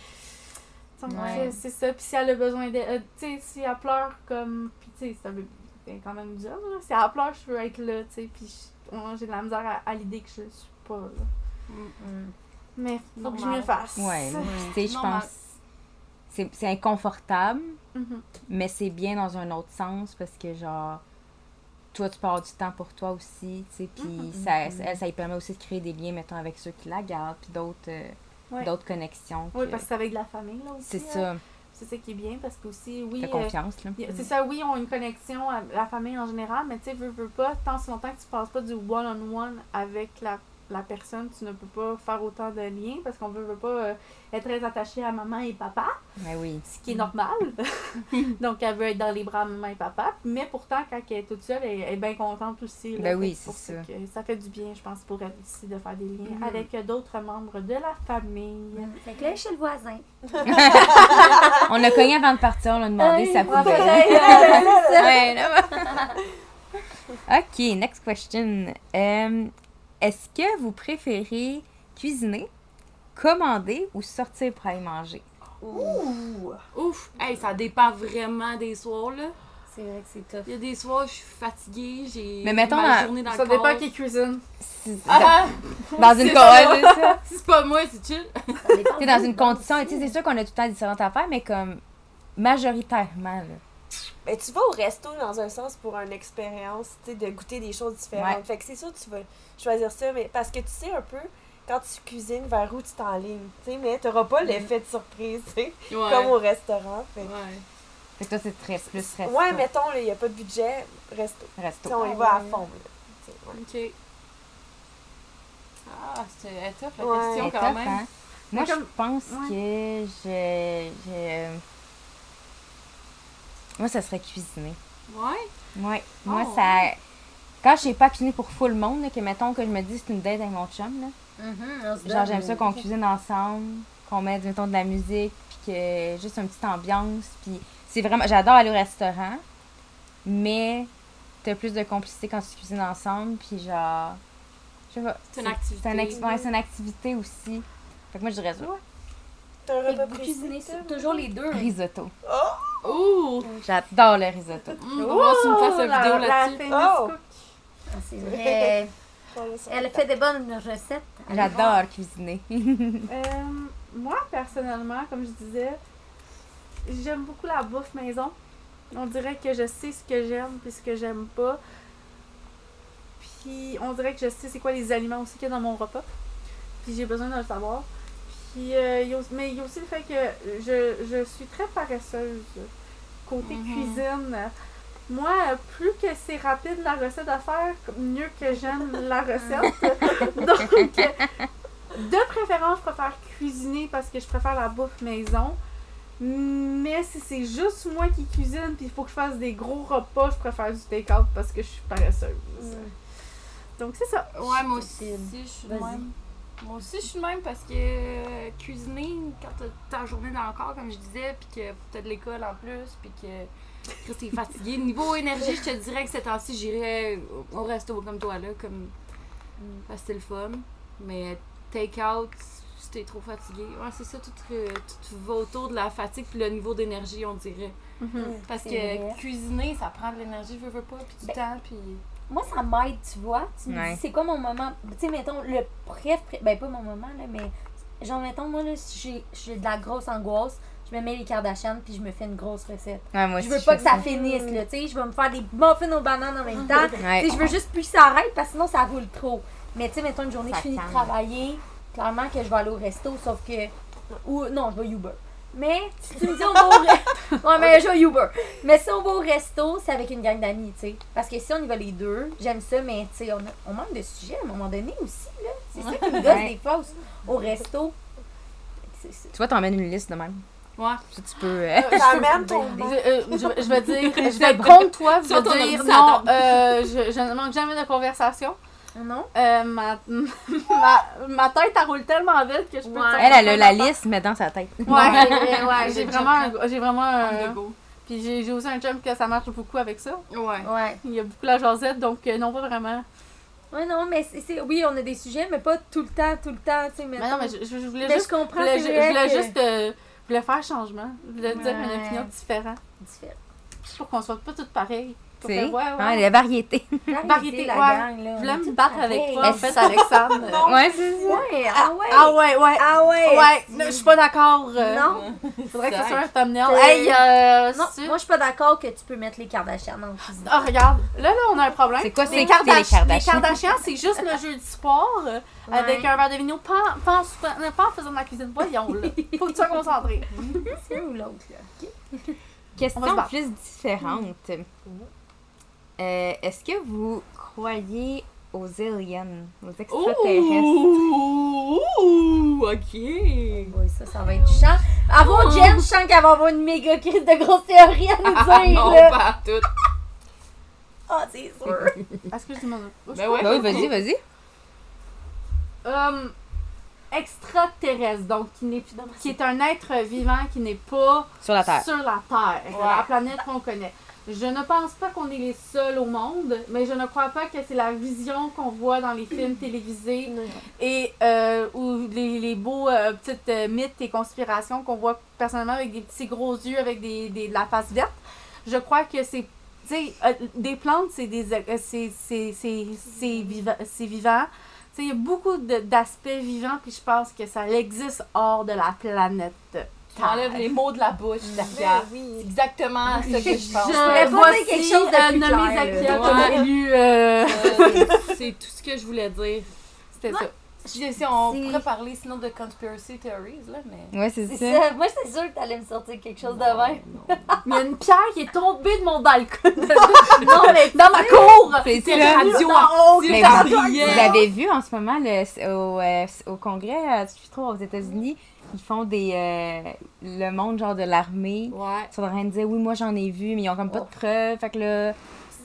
[SPEAKER 1] Donc,
[SPEAKER 5] Ouais.
[SPEAKER 1] euh, C'est ça. Puis si elle a besoin d'aide, euh, tu sais, si elle pleure comme. Puis tu sais, ça veut c'est quand même dur, là. Si elle pleure, je veux être là, tu sais. Puis je- on- j'ai de la misère à, à l'idée que je suis pas là.
[SPEAKER 3] Mm.
[SPEAKER 1] Mais faut que je
[SPEAKER 2] Normal.
[SPEAKER 1] me fasse.
[SPEAKER 5] Ouais, mais tu sais, je
[SPEAKER 2] Normal.
[SPEAKER 5] pense. c'est- C'est inconfortable,
[SPEAKER 1] Mhm.
[SPEAKER 5] mais c'est bien dans un autre sens parce que, genre, toi, tu pars du temps pour toi aussi, tu sais, puis
[SPEAKER 1] Mm-hmm.
[SPEAKER 5] ça, ça, ça lui permet aussi de créer des liens, mettons, avec ceux qui la gardent, puis d'autres euh,
[SPEAKER 1] Ouais.
[SPEAKER 5] d'autres connexions.
[SPEAKER 1] Oui,
[SPEAKER 5] que-
[SPEAKER 1] parce que c'est avec de la famille, là aussi.
[SPEAKER 5] C'est
[SPEAKER 1] là.
[SPEAKER 5] ça,
[SPEAKER 1] C'est ça qui est bien, parce que aussi, oui.
[SPEAKER 5] t'as
[SPEAKER 1] euh,
[SPEAKER 5] confiance, là.
[SPEAKER 1] Y a- C'est ça, oui, on a une connexion à la famille en général, mais tu sais, veux, veux pas, tant si longtemps que tu passes pas du one-on-one avec la, la personne, tu ne peux pas faire autant de liens parce qu'on veut, veut pas euh, être très attaché à maman et papa,
[SPEAKER 5] Mais Ben oui.
[SPEAKER 1] ce qui est normal. Donc, elle veut être dans les bras de maman et papa, mais pourtant, quand elle est toute seule, elle, elle est bien contente aussi. là.
[SPEAKER 5] Ben
[SPEAKER 1] Fait
[SPEAKER 5] oui,
[SPEAKER 1] que
[SPEAKER 5] c'est
[SPEAKER 1] pour
[SPEAKER 5] ça.
[SPEAKER 1] que ça fait du bien, je pense, pour elle aussi de faire des liens
[SPEAKER 2] Mhm.
[SPEAKER 1] avec euh, d'autres membres de la famille.
[SPEAKER 3] Fait que là, chez le voisin.
[SPEAKER 5] On l'a cogné avant de partir, on l'a demandé si ça
[SPEAKER 1] Ah,
[SPEAKER 5] pouvait.
[SPEAKER 1] ben, euh,
[SPEAKER 5] Ouais, là-bas. ok, next question. Euh, Est-ce que vous préférez cuisiner, commander ou sortir pour aller manger?
[SPEAKER 1] ouh.
[SPEAKER 2] Ouf. Hey, ça dépend vraiment des soirs, là.
[SPEAKER 3] C'est vrai que c'est tough.
[SPEAKER 2] Il y a des soirs, je suis fatiguée, j'ai
[SPEAKER 5] Mais mettons,
[SPEAKER 2] ma
[SPEAKER 5] dans-
[SPEAKER 2] journée dans
[SPEAKER 1] Ça
[SPEAKER 2] le corps.
[SPEAKER 1] dépend qui cuisine.
[SPEAKER 5] C'est-
[SPEAKER 2] Ah,
[SPEAKER 5] dans une
[SPEAKER 2] c'est ça.
[SPEAKER 5] ouais, c'est ça.
[SPEAKER 2] ah, si c'est pas moi, c'est chill.
[SPEAKER 3] Ça dépend
[SPEAKER 5] T'es dans
[SPEAKER 3] d'où.
[SPEAKER 5] une condition, et tu sais, c'est sûr qu'on a tout le temps différentes affaires, mais comme majoritairement, là.
[SPEAKER 4] Mais Ben, tu vas au resto dans un sens pour une expérience, tu sais, de goûter des choses différentes.
[SPEAKER 5] Ouais.
[SPEAKER 4] Fait que c'est sûr que tu vas choisir ça, mais parce que tu sais un peu quand tu cuisines vers où tu t'enlignes, tu sais, mais t'auras pas l'effet de surprise, tu sais,
[SPEAKER 2] Ouais.
[SPEAKER 4] comme au restaurant. Fait. que-
[SPEAKER 2] Ouais.
[SPEAKER 5] Fait que toi, c'est très plus resto.
[SPEAKER 4] Ouais, mettons, il n'y a pas de budget, resto. Tu
[SPEAKER 5] resto.
[SPEAKER 4] sais, on y va à fond. là. Tu sais, ouais.
[SPEAKER 2] Ok. Ah, c'est elle est tough la
[SPEAKER 4] Ouais.
[SPEAKER 5] Elle
[SPEAKER 2] question
[SPEAKER 5] est
[SPEAKER 2] quand
[SPEAKER 5] tough,
[SPEAKER 2] même.
[SPEAKER 5] hein? Moi,
[SPEAKER 1] comme-
[SPEAKER 5] je pense
[SPEAKER 1] ouais.
[SPEAKER 5] que je, je- Moi, ça serait cuisiner.
[SPEAKER 2] Ouais.
[SPEAKER 5] Ouais. Moi,
[SPEAKER 2] Oh,
[SPEAKER 5] ça. Quand j'ai pas cuisiné pour full monde, là, que mettons que je me dis c'est une date avec mon chum, là.
[SPEAKER 3] Mhm,
[SPEAKER 5] Genre, j'aime ça qu'on cuisine ensemble, qu'on mette, mettons, de la musique, puis que juste une petite ambiance. Puis c'est vraiment. J'adore aller au restaurant, mais t'as plus de complicité quand tu cuisines ensemble, puis genre. Je sais pas.
[SPEAKER 2] C'est une activité.
[SPEAKER 5] C'est un acti- ouais, c'est une activité aussi. Fait que moi, je dirais ça, ouais.
[SPEAKER 4] T'as un
[SPEAKER 3] Fait que
[SPEAKER 4] repas
[SPEAKER 3] vous
[SPEAKER 4] précis,
[SPEAKER 3] cuisinez
[SPEAKER 4] toi?
[SPEAKER 3] sur- toujours les deux.
[SPEAKER 5] Risotto.
[SPEAKER 4] Oh!
[SPEAKER 2] Ouh!
[SPEAKER 5] J'adore le risotto.
[SPEAKER 2] Mmh, on va voir si tu me fasses
[SPEAKER 1] Oh,
[SPEAKER 2] une
[SPEAKER 1] la-
[SPEAKER 2] vidéo
[SPEAKER 1] la
[SPEAKER 2] là-dessus.
[SPEAKER 1] famous
[SPEAKER 4] Oh!
[SPEAKER 1] cook.
[SPEAKER 3] Ah, C'est vrai.
[SPEAKER 4] Bon, là, ça
[SPEAKER 3] Elle
[SPEAKER 4] va.
[SPEAKER 3] fait des bonnes recettes. Allez voir.
[SPEAKER 5] J'adore cuisiner.
[SPEAKER 1] Euh, moi, personnellement, comme je disais, j'aime beaucoup la bouffe maison. On dirait que je sais ce que j'aime puis ce que j'aime pas. Puis on dirait que je sais c'est quoi les aliments aussi qu'il y a dans mon repas. Puis j'ai besoin de le savoir. Puis, euh, il y a aussi- mais il y a aussi le fait que je, je suis très paresseuse côté cuisine. Moi, plus que c'est rapide la recette à faire, mieux que j'aime la recette. Donc, euh, de préférence, je préfère cuisiner parce que je préfère la bouffe maison. Mais si c'est juste moi qui cuisine puis il faut que je fasse des gros repas, je préfère du take-out parce que je suis paresseuse. Donc c'est ça.
[SPEAKER 2] Ouais, moi aussi,
[SPEAKER 3] Possible.
[SPEAKER 2] je suis de
[SPEAKER 3] Vas-y.
[SPEAKER 2] même. Moi aussi, je suis de même parce que euh, cuisiner, quand t'as ta journée dans le corps, comme je disais, puis que t'as de l'école en plus, puis que Chris, t'es fatigué. Niveau énergie, je te dirais que ces temps-ci, j'irais au resto comme toi, là, comme...
[SPEAKER 3] Mm.
[SPEAKER 2] Parce que c'est le fun. Mais take-out, si t'es trop fatigué, ouais, c'est ça, tout, euh, tout va autour de la fatigue puis le niveau d'énergie, on dirait. Parce
[SPEAKER 3] Mm-hmm. C'est
[SPEAKER 2] que
[SPEAKER 3] vrai.
[SPEAKER 2] cuisiner, ça prend de l'énergie, veux, veux pas, puis du
[SPEAKER 3] Ben,
[SPEAKER 2] temps, puis...
[SPEAKER 3] Moi, ça m'aide, tu vois. Tu me
[SPEAKER 5] Ouais.
[SPEAKER 3] dis, c'est quoi mon moment? Tu sais, mettons, le préf, pré- ben pas mon moment, là, mais genre, mettons, moi, là, si j'ai- j'ai de la grosse angoisse, je me mets les Kardashian puis je me fais une grosse recette.
[SPEAKER 5] Ouais, moi
[SPEAKER 3] Je
[SPEAKER 5] aussi,
[SPEAKER 3] veux pas
[SPEAKER 5] fais
[SPEAKER 3] que ça finisse, là, tu sais. Je vais me faire des muffins aux bananes en même temps.
[SPEAKER 5] Ouais.
[SPEAKER 3] Tu sais, je veux juste plus que ça arrête parce que sinon, ça roule trop. Mais tu sais, mettons, une journée,
[SPEAKER 5] Ça
[SPEAKER 3] je finis de
[SPEAKER 5] calme.
[SPEAKER 3] travailler, clairement que je vais aller au resto, sauf que. Ou non, je vais Uber. Mais si tu me dis on va au resto. Ouais, mais je vais Uber. Mais si on va au resto, c'est avec une gang d'amis, tu sais. Parce que si on y va les deux, j'aime ça, mais tu sais, on, a- on manque de sujet à un moment donné aussi, là. C'est ça qui me gosse
[SPEAKER 5] Ouais.
[SPEAKER 3] des fois aussi, au resto. C'est ça.
[SPEAKER 5] Tu vois, t'emmènes une liste de même.
[SPEAKER 2] Ouais.
[SPEAKER 5] Ça, tu peux. euh,
[SPEAKER 4] T'amènes ton
[SPEAKER 1] Je,
[SPEAKER 4] bain.
[SPEAKER 1] euh, je, je vais dire, je vais contre toi, je
[SPEAKER 2] Sur ton
[SPEAKER 1] vais dire non,
[SPEAKER 2] ordinateur.
[SPEAKER 1] euh, je, je ne manque jamais de conversation.
[SPEAKER 3] Non?
[SPEAKER 1] Euh, ma, ma, ma tête, elle roule tellement vite que je peux...
[SPEAKER 3] Ouais.
[SPEAKER 1] te-
[SPEAKER 5] Elle, elle a la liste, mais dans sa tête.
[SPEAKER 1] Ouais, ouais, ouais, j'ai
[SPEAKER 2] J'ai
[SPEAKER 1] vraiment un- J'ai vraiment
[SPEAKER 2] On
[SPEAKER 1] un...
[SPEAKER 2] the go.
[SPEAKER 1] Puis j'ai j'ai aussi un chum que ça marche beaucoup avec ça.
[SPEAKER 2] Ouais.
[SPEAKER 3] Ouais.
[SPEAKER 1] Il y a beaucoup la jasette, donc euh, non, pas vraiment.
[SPEAKER 3] Ouais, non, mais c'est, c'est- oui, on a des sujets, mais pas tout le temps, tout le temps, tu sais.
[SPEAKER 1] Mais non, mais je, je- je voulais
[SPEAKER 3] Mais
[SPEAKER 1] juste...
[SPEAKER 3] je comprends,
[SPEAKER 1] voulais-
[SPEAKER 3] c'est
[SPEAKER 1] je,
[SPEAKER 3] vrai
[SPEAKER 1] je voulais
[SPEAKER 3] que-
[SPEAKER 1] juste... euh, je voulais faire changement. Je voulais dire une
[SPEAKER 3] Ouais.
[SPEAKER 1] opinion différente.
[SPEAKER 3] Différent.
[SPEAKER 1] Pour qu'on soit pas toutes pareilles. Pour
[SPEAKER 5] Tu sais,
[SPEAKER 1] que- ouais, ouais.
[SPEAKER 5] Hein, la variété.
[SPEAKER 1] Variété, ouais.
[SPEAKER 3] gang, là.
[SPEAKER 1] Je
[SPEAKER 3] on
[SPEAKER 1] voulais
[SPEAKER 3] est
[SPEAKER 1] me
[SPEAKER 3] toutes
[SPEAKER 1] battre avec
[SPEAKER 3] pareilles.
[SPEAKER 1] toi, en fait, Alexandre.
[SPEAKER 5] Ouais, c'est ça.
[SPEAKER 3] Ouais, ah ouais.
[SPEAKER 1] Ah ouais, ouais.
[SPEAKER 3] Ah ouais.
[SPEAKER 1] Ouais, non, je suis pas d'accord. euh,
[SPEAKER 3] Non,
[SPEAKER 1] Faudrait que ce
[SPEAKER 2] Sac.
[SPEAKER 1] soit un thumbnail.
[SPEAKER 3] Euh,
[SPEAKER 1] Hey, euh,
[SPEAKER 3] non,
[SPEAKER 1] c'est-
[SPEAKER 3] moi je suis pas d'accord que tu peux mettre les Kardashian en cuisine.
[SPEAKER 1] Ah, regarde, là, là, on a un problème.
[SPEAKER 5] C'est quoi, c'est
[SPEAKER 1] les,
[SPEAKER 5] écouter Hein? les
[SPEAKER 1] Kardash- les
[SPEAKER 5] Kardashians?
[SPEAKER 1] Kardashians, c'est juste le jeudi soir euh,
[SPEAKER 3] Ouais.
[SPEAKER 1] avec un verre de vino, pas, en- pas, en, soufflant- pas en faisant de la cuisine. Voyons, là. Faut que tu sois concentré.
[SPEAKER 3] C'est un ou l'autre, là. Ok.
[SPEAKER 1] On va se
[SPEAKER 5] Question
[SPEAKER 1] battre.
[SPEAKER 5] plus différente. Euh, Est-ce que vous croyez aux aliens, aux extraterrestres?
[SPEAKER 2] Ouh, ouh, ok.
[SPEAKER 3] Ouais, ça, ça va être chiant. Avant Jen, je sens qu'elle va avoir une méga crise de grosse théorie à
[SPEAKER 2] Ah,
[SPEAKER 3] nous dire,
[SPEAKER 2] non,
[SPEAKER 3] là.
[SPEAKER 2] pas tout.
[SPEAKER 3] Ah, c'est sûr.
[SPEAKER 1] Est-ce que je dis mon
[SPEAKER 2] Ben ouais.
[SPEAKER 5] Bah oui, vas-y, vas-y.
[SPEAKER 1] Euh, Extraterrestre, donc qui, n'est- qui est un être vivant qui n'est pas
[SPEAKER 5] Sur la Terre.
[SPEAKER 1] sur la Terre,
[SPEAKER 2] Ouais.
[SPEAKER 1] la planète qu'on connaît. Je ne pense pas qu'on est les seuls au monde, mais je ne crois pas que c'est la vision qu'on voit dans les films télévisés et euh, ou les, les beaux euh, petites euh, mythes et conspirations qu'on voit personnellement avec des petits gros yeux, avec des, des- de la face verte. Je crois que c'est. Tu sais, euh, des plantes, c'est des euh, c'est c'est- c'est- c'est viva- c'est vivant. Tu sais, il y a beaucoup de- d'aspects vivants, puis je pense que ça existe hors de la planète.
[SPEAKER 2] Tu m'enlèves les mots de la bouche,
[SPEAKER 4] Mais
[SPEAKER 2] Zakia. C'est
[SPEAKER 4] oui.
[SPEAKER 2] exactement ce que je pense.
[SPEAKER 3] pourrais pas
[SPEAKER 1] Je voici
[SPEAKER 3] dire quelque chose de
[SPEAKER 1] euh,
[SPEAKER 3] plus
[SPEAKER 1] nommé
[SPEAKER 3] clair,
[SPEAKER 1] Zakia
[SPEAKER 2] là.
[SPEAKER 1] comme
[SPEAKER 2] Ouais.
[SPEAKER 1] élu. euh,
[SPEAKER 2] Euh, c'est tout ce que je voulais dire.
[SPEAKER 1] C'était ça.
[SPEAKER 2] Si, si on
[SPEAKER 3] C'est-
[SPEAKER 2] pourrait parler sinon de conspiracy theories, là, mais.
[SPEAKER 5] Ouais, c'est
[SPEAKER 3] C'est
[SPEAKER 5] ça.
[SPEAKER 3] ça. Moi, c'est sûr que t'allais me sortir quelque chose de même.
[SPEAKER 1] Mais il y a une pierre qui est tombée de mon balcon. non, mais dans ma cour.
[SPEAKER 5] C'est
[SPEAKER 2] C'est
[SPEAKER 5] ça.
[SPEAKER 2] radioactif,
[SPEAKER 5] Mais
[SPEAKER 2] ça
[SPEAKER 5] vous,
[SPEAKER 2] brillait.
[SPEAKER 5] vous avez vu en ce moment le- au, euh, au congrès, euh, je suis trop aux États-Unis, ils font des. euh, le monde, genre, de l'armée.
[SPEAKER 2] Ouais.
[SPEAKER 5] Ils sont en train de dire, oui, moi, j'en ai vu, mais ils ont comme pas de
[SPEAKER 3] Oh.
[SPEAKER 5] preuves. Fait que là,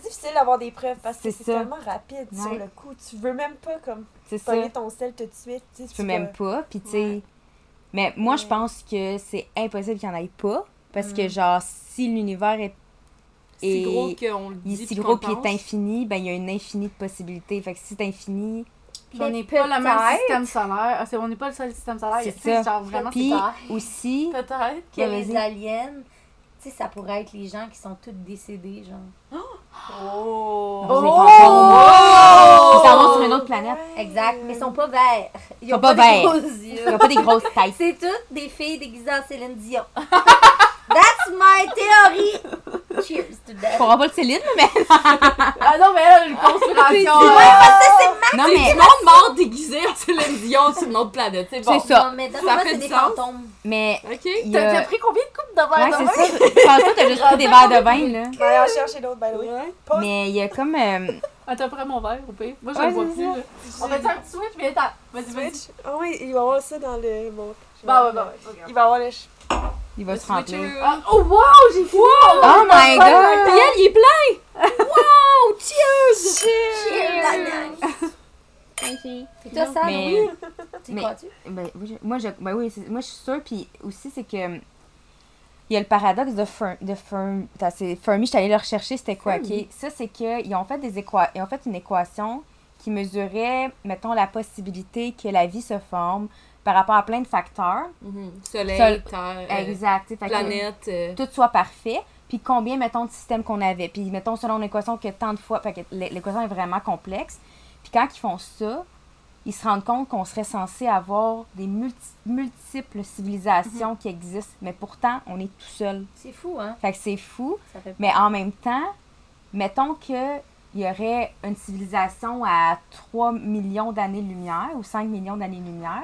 [SPEAKER 4] C'est difficile d'avoir des preuves parce que
[SPEAKER 5] C'est
[SPEAKER 4] c'est
[SPEAKER 5] ça.
[SPEAKER 4] tellement rapide sur
[SPEAKER 5] Ouais.
[SPEAKER 4] le coup. Tu veux même pas comme
[SPEAKER 5] c'est ça.
[SPEAKER 4] pogner ton sel tout de suite. Tu sais,
[SPEAKER 5] Tu peux même pas. Puis, tu sais. Mais moi, je pense que c'est impossible qu'il n'y en ait pas. Parce que, genre, si l'univers est,
[SPEAKER 2] C'est
[SPEAKER 5] Et
[SPEAKER 2] gros qu'on le dit.
[SPEAKER 5] il est si
[SPEAKER 2] puis
[SPEAKER 5] gros
[SPEAKER 2] qu'on
[SPEAKER 5] puis
[SPEAKER 2] pense.
[SPEAKER 5] est infini, ben, il y a une infinie de possibilités. Fait que si c'est infini,
[SPEAKER 1] Puis on
[SPEAKER 3] Mais
[SPEAKER 1] n'est pas le même
[SPEAKER 3] peut-être-
[SPEAKER 1] système solaire. Ah, c'est- on n'est pas le seul système solaire.
[SPEAKER 5] C'est
[SPEAKER 1] tu sais,
[SPEAKER 5] ça.
[SPEAKER 1] genre vraiment, c'est
[SPEAKER 5] puis
[SPEAKER 1] pas-
[SPEAKER 5] aussi,
[SPEAKER 6] Peut-être.
[SPEAKER 3] Que
[SPEAKER 5] Ouais,
[SPEAKER 3] les
[SPEAKER 5] vas-y.
[SPEAKER 3] aliens, tu sais, ça pourrait être les gens qui sont tous décédés, genre.
[SPEAKER 6] Oh!
[SPEAKER 5] Oh!
[SPEAKER 1] Oh!
[SPEAKER 5] ils s'en vont sur une autre planète.
[SPEAKER 3] Exact, mais ils sont pas verts. Ils
[SPEAKER 5] Sont
[SPEAKER 3] ont
[SPEAKER 5] pas
[SPEAKER 3] pas, des
[SPEAKER 5] verts.
[SPEAKER 3] gros
[SPEAKER 5] Il n'y
[SPEAKER 3] yeux.
[SPEAKER 5] a pas des grosses têtes.
[SPEAKER 3] C'est toutes des filles déguisées en Céline Dion. That's my theory! Cheers to
[SPEAKER 5] On
[SPEAKER 3] that.
[SPEAKER 5] pourra pas le Céline, mais.
[SPEAKER 6] Ah non, mais là, une conspiration!
[SPEAKER 5] Non, mais.
[SPEAKER 2] Tout le monde mort déguisé en Céline Dion sur une autre planète. C'est bon.
[SPEAKER 5] C'est ça.
[SPEAKER 3] Non, mais dans
[SPEAKER 2] Ça
[SPEAKER 3] moi,
[SPEAKER 2] fait
[SPEAKER 3] c'est
[SPEAKER 2] du
[SPEAKER 3] des
[SPEAKER 2] sens.
[SPEAKER 3] fantômes.
[SPEAKER 5] Mais.
[SPEAKER 2] OK.
[SPEAKER 5] il y
[SPEAKER 6] T'as
[SPEAKER 5] a-
[SPEAKER 6] t'as pris combien de coupes de verre
[SPEAKER 5] Ouais,
[SPEAKER 6] de
[SPEAKER 5] c'est
[SPEAKER 6] vin?
[SPEAKER 5] ça. Je pense pas que t'as juste pris des verres de vin, là.
[SPEAKER 4] Allez, on cherche l'autre, by the way.
[SPEAKER 2] Ouais.
[SPEAKER 4] Pause.
[SPEAKER 5] Mais il y a comme. euh,
[SPEAKER 1] Ah, t'as pris mon verre, au pire. Moi, je
[SPEAKER 5] Ouais,
[SPEAKER 1] le vois
[SPEAKER 5] c'est
[SPEAKER 1] plus.
[SPEAKER 5] ça.
[SPEAKER 1] là. On fait un petit switch, mais attends. Vas-y, vas-y.
[SPEAKER 4] Switch. Ah oui, il va y avoir ça dans le. Bon, je
[SPEAKER 1] Bah, ouais,
[SPEAKER 4] vais-
[SPEAKER 1] bah, ouais. c'est pas grave.
[SPEAKER 4] Il va y avoir le. ch-
[SPEAKER 5] Il va se remplir.
[SPEAKER 2] Switcheroo.
[SPEAKER 1] Ah, oh, wow, j'ai fait
[SPEAKER 5] Oh my god!
[SPEAKER 2] Gabriel, il est plein!
[SPEAKER 3] Puis toi, Sam,
[SPEAKER 5] Mais-
[SPEAKER 3] oui, tu y
[SPEAKER 5] mais-
[SPEAKER 3] crois-tu?
[SPEAKER 5] Ben, oui, je- moi, je, ben oui, c'est- moi, je suis sûre. Puis aussi, c'est que. hum, Il y a le paradoxe de, Fer, de Fermi. Attends, c'est Fermi, je suis allée le rechercher, c'était quoi? ok? Ça, c'est qu'ils ont, fait des équa- ils ont fait une équation qui mesurait, mettons, la possibilité que la vie se forme par rapport à plein de facteurs.
[SPEAKER 2] Mhm. Soleil,
[SPEAKER 5] Sol-
[SPEAKER 2] terre, euh,
[SPEAKER 5] Exact. tu sais, fait que-
[SPEAKER 2] planète. euh,
[SPEAKER 5] tout soit parfait, puis combien, mettons, de systèmes qu'on avait. Puis, mettons, selon l'équation, que tant de fois. Fait que l'é- l'équation est vraiment complexe. Puis, quand ils font ça, ils se rendent compte qu'on serait censé avoir des multi- multiples civilisations qui existent, mais pourtant, on est tout seul.
[SPEAKER 3] C'est fou, hein?
[SPEAKER 5] Fait que c'est fou,
[SPEAKER 3] Ça fait
[SPEAKER 5] mais en même temps, mettons que il y aurait une civilisation à 3 millions d'années-lumière ou 5 millions d'années-lumière,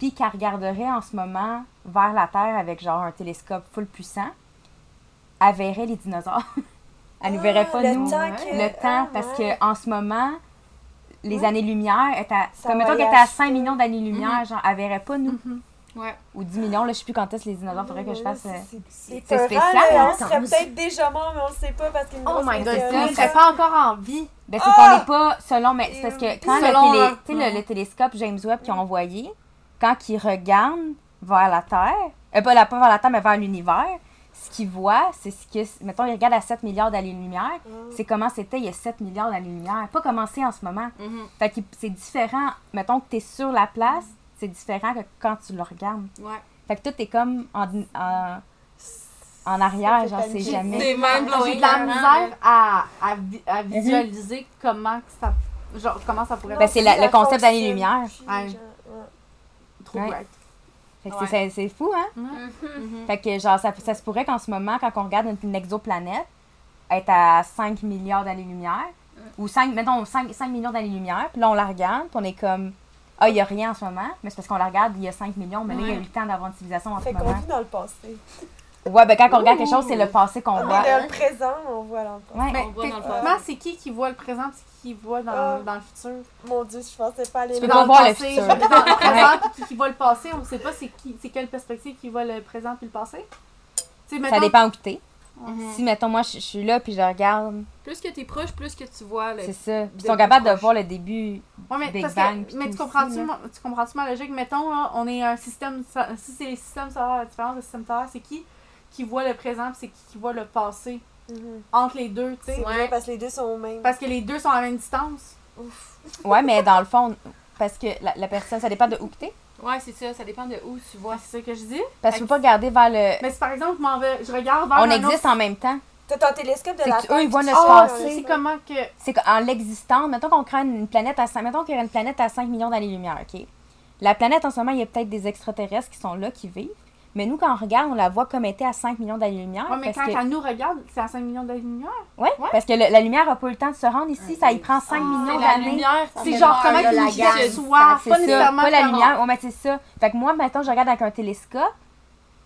[SPEAKER 5] puis qu'elle regarderait en ce moment vers la Terre avec genre un télescope full puissant, elle verrait les dinosaures. elle ne verrait
[SPEAKER 4] Ah,
[SPEAKER 5] pas
[SPEAKER 4] le
[SPEAKER 5] nous.
[SPEAKER 4] temps que-
[SPEAKER 5] Le temps,
[SPEAKER 4] ah,
[SPEAKER 5] parce
[SPEAKER 4] ouais.
[SPEAKER 5] que en ce moment, les
[SPEAKER 4] Ouais.
[SPEAKER 5] années-lumière, est à-
[SPEAKER 4] Ça
[SPEAKER 5] comme mettons qu'elle est à
[SPEAKER 4] voyage Mhm.
[SPEAKER 5] 5 millions d'années-lumière, genre, elle verrait pas nous.
[SPEAKER 2] Ouais.
[SPEAKER 5] Ou 10 millions, là, je sais plus quand est-ce les dinosaures, faudrait que je fasse... euh,
[SPEAKER 4] C'est- C'est
[SPEAKER 5] c'est
[SPEAKER 4] épeurant,
[SPEAKER 5] spécial,
[SPEAKER 4] là,
[SPEAKER 5] hein,
[SPEAKER 4] On serait
[SPEAKER 5] ça.
[SPEAKER 4] peut-être déjà mort, mais on le sait pas parce qu'il nous
[SPEAKER 1] Oh
[SPEAKER 4] reste
[SPEAKER 1] my
[SPEAKER 4] une
[SPEAKER 1] god,
[SPEAKER 4] théorie.
[SPEAKER 1] il serait pas encore en vie.
[SPEAKER 5] Ben, c'est qu'on n'est pas selon, mais c'est parce que quand
[SPEAKER 2] Selon
[SPEAKER 5] le, télé-
[SPEAKER 2] un-
[SPEAKER 5] tu sais, le- le télescope James Webb qu'ils ont envoyé, quand ils regardent vers la Terre, euh, pas, la, pas vers la Terre, mais vers l'univers, ce qu'ils voient, c'est ce que, mettons, ils regardent à 7 milliards d'années-lumière, c'est comment c'était il y a 7 milliards d'années-lumière. Pas comment c'est en ce moment.
[SPEAKER 2] Mhm.
[SPEAKER 5] Fait que c'est différent, mettons que tu es sur la place, c'est différent que quand tu le regardes.
[SPEAKER 2] Ouais.
[SPEAKER 5] Fait que tout est comme en, en, en
[SPEAKER 4] Ça
[SPEAKER 5] arrière,
[SPEAKER 4] fait
[SPEAKER 5] genre, c'est
[SPEAKER 4] paniquer.
[SPEAKER 5] jamais.
[SPEAKER 2] C'est
[SPEAKER 1] J'ai
[SPEAKER 2] même blowing.
[SPEAKER 1] de la
[SPEAKER 3] clairement,
[SPEAKER 1] misère à, à, vi- à visualiser comment que ça... Genre, comment ça pourrait
[SPEAKER 5] Ben,
[SPEAKER 1] être
[SPEAKER 5] c'est
[SPEAKER 4] Ça
[SPEAKER 5] la- le concept
[SPEAKER 4] fonctionne
[SPEAKER 5] d'année-lumière.
[SPEAKER 4] plus,
[SPEAKER 1] Ouais.
[SPEAKER 4] genre, euh, ouais.
[SPEAKER 1] trop
[SPEAKER 5] Ouais.
[SPEAKER 1] bright.
[SPEAKER 5] Fait que c'est- c'est c'est fou, hein?
[SPEAKER 3] Mhm.
[SPEAKER 5] Fait que genre, ça, ça se pourrait qu'en ce moment, quand on regarde une, une exoplanète, être à 5 milliards d'années-lumière, ou 5, mettons, 5, 5 millions d'années-lumière, puis là, on la regarde, puis on est comme, ah, il n'y a rien en ce moment, mais c'est parce qu'on la regarde, il y a 5 millions, mais là, il y a eu le temps d'avoir une civilisation en
[SPEAKER 4] Fait
[SPEAKER 5] ce
[SPEAKER 4] qu'on
[SPEAKER 5] moment.
[SPEAKER 4] vit dans le passé.
[SPEAKER 5] Ouais, ben quand on regarde quelque chose, c'est le passé qu'on
[SPEAKER 4] On
[SPEAKER 5] voit.
[SPEAKER 4] est dans le présent, on voit dans le passé.
[SPEAKER 5] Ouais.
[SPEAKER 1] Mais
[SPEAKER 2] On voit dans le
[SPEAKER 1] techniquement, Ben, c'est qui qui voit le présent et qui voit dans,
[SPEAKER 4] Ah.
[SPEAKER 1] dans le futur?
[SPEAKER 4] Mon dieu, je pensais pas aller
[SPEAKER 5] Tu peux
[SPEAKER 4] là.
[SPEAKER 5] pas voir le
[SPEAKER 1] passé,
[SPEAKER 5] futur.
[SPEAKER 1] dans le présent puis qui, qui voit le passé. On ne sait pas c'est qui, c'est quelle perspective qui voit le présent puis le passé. Tu sais,
[SPEAKER 5] Ça
[SPEAKER 1] mettons,
[SPEAKER 5] dépend où que t'es.
[SPEAKER 2] Mhm.
[SPEAKER 5] Si, mettons, moi, je, je suis là, puis je regarde,
[SPEAKER 2] Plus que t'es proche, plus que tu vois. le-
[SPEAKER 5] c'est ça. Puis ils
[SPEAKER 2] Début
[SPEAKER 5] sont capables de
[SPEAKER 2] proche.
[SPEAKER 5] voir le début.
[SPEAKER 1] Ouais, mais,
[SPEAKER 5] Big
[SPEAKER 1] parce
[SPEAKER 5] Bang
[SPEAKER 1] que,
[SPEAKER 5] puis
[SPEAKER 1] mais
[SPEAKER 5] tout
[SPEAKER 1] tu
[SPEAKER 5] aussi,
[SPEAKER 1] comprends-tu
[SPEAKER 5] là.
[SPEAKER 1] ma- tu comprends-tu ma logique? Mettons, là, on est un système, so- si c'est les systèmes solaires, la différence des systèmes solaires, c'est qui qui voit le présent puis c'est qui qui voit le passé
[SPEAKER 4] Mhm.
[SPEAKER 1] entre les deux, tu sais?
[SPEAKER 4] C'est vrai, parce que les deux sont au même.
[SPEAKER 1] Parce que les deux sont à la même distance.
[SPEAKER 5] Ouais, mais dans le fond, parce que la, la personne, ça dépend de où que t'es.
[SPEAKER 2] Ouais, c'est ça. Ça dépend de où tu vois.
[SPEAKER 1] Ouais, c'est ça que je dis.
[SPEAKER 5] Parce que tu peux pas regarder vers le.
[SPEAKER 1] Mais si par exemple, je, m'en vais- je regarde vers
[SPEAKER 5] On
[SPEAKER 1] un
[SPEAKER 5] existe en même temps.
[SPEAKER 4] T'as ton télescope de
[SPEAKER 5] C'est
[SPEAKER 4] la
[SPEAKER 5] que eux, ils voient
[SPEAKER 4] puis
[SPEAKER 5] notre
[SPEAKER 4] tu-
[SPEAKER 1] autre...
[SPEAKER 5] passé.
[SPEAKER 1] Oh,
[SPEAKER 4] Ah,
[SPEAKER 1] tu sais comment que...
[SPEAKER 5] c'est qu'en l'existant, mettons qu'on crée une planète à 5, mettons qu'il y aurait une planète à 5 millions d'années-lumière, OK? La planète, en ce moment, il y a peut-être des extraterrestres qui sont là, qui vivent. Mais nous, quand on regarde, on la voit comme était à 5 millions d'années-lumière.
[SPEAKER 1] Ouais, mais quand
[SPEAKER 5] parce, que...
[SPEAKER 1] elle nous regarde, c'est à 5 millions de lumières.
[SPEAKER 5] Ouais, parce que le- la lumière n'a pas eu le temps de se rendre ici. Ça y prend 5
[SPEAKER 2] C'est
[SPEAKER 5] millions
[SPEAKER 2] la
[SPEAKER 5] d'années. Ah,
[SPEAKER 2] lumière.
[SPEAKER 3] Ça
[SPEAKER 1] C'est
[SPEAKER 3] fait
[SPEAKER 1] genre
[SPEAKER 3] peur,
[SPEAKER 1] comment
[SPEAKER 3] là, la
[SPEAKER 1] qu'ils nous
[SPEAKER 3] gamme,
[SPEAKER 1] perçoivent,
[SPEAKER 5] C'est
[SPEAKER 1] pas
[SPEAKER 5] ça,
[SPEAKER 1] nécessairement
[SPEAKER 5] pas la
[SPEAKER 1] comment-
[SPEAKER 5] lumière. Ouais, mais c'est ça. Fait que moi, maintenant, je regarde avec un télescope.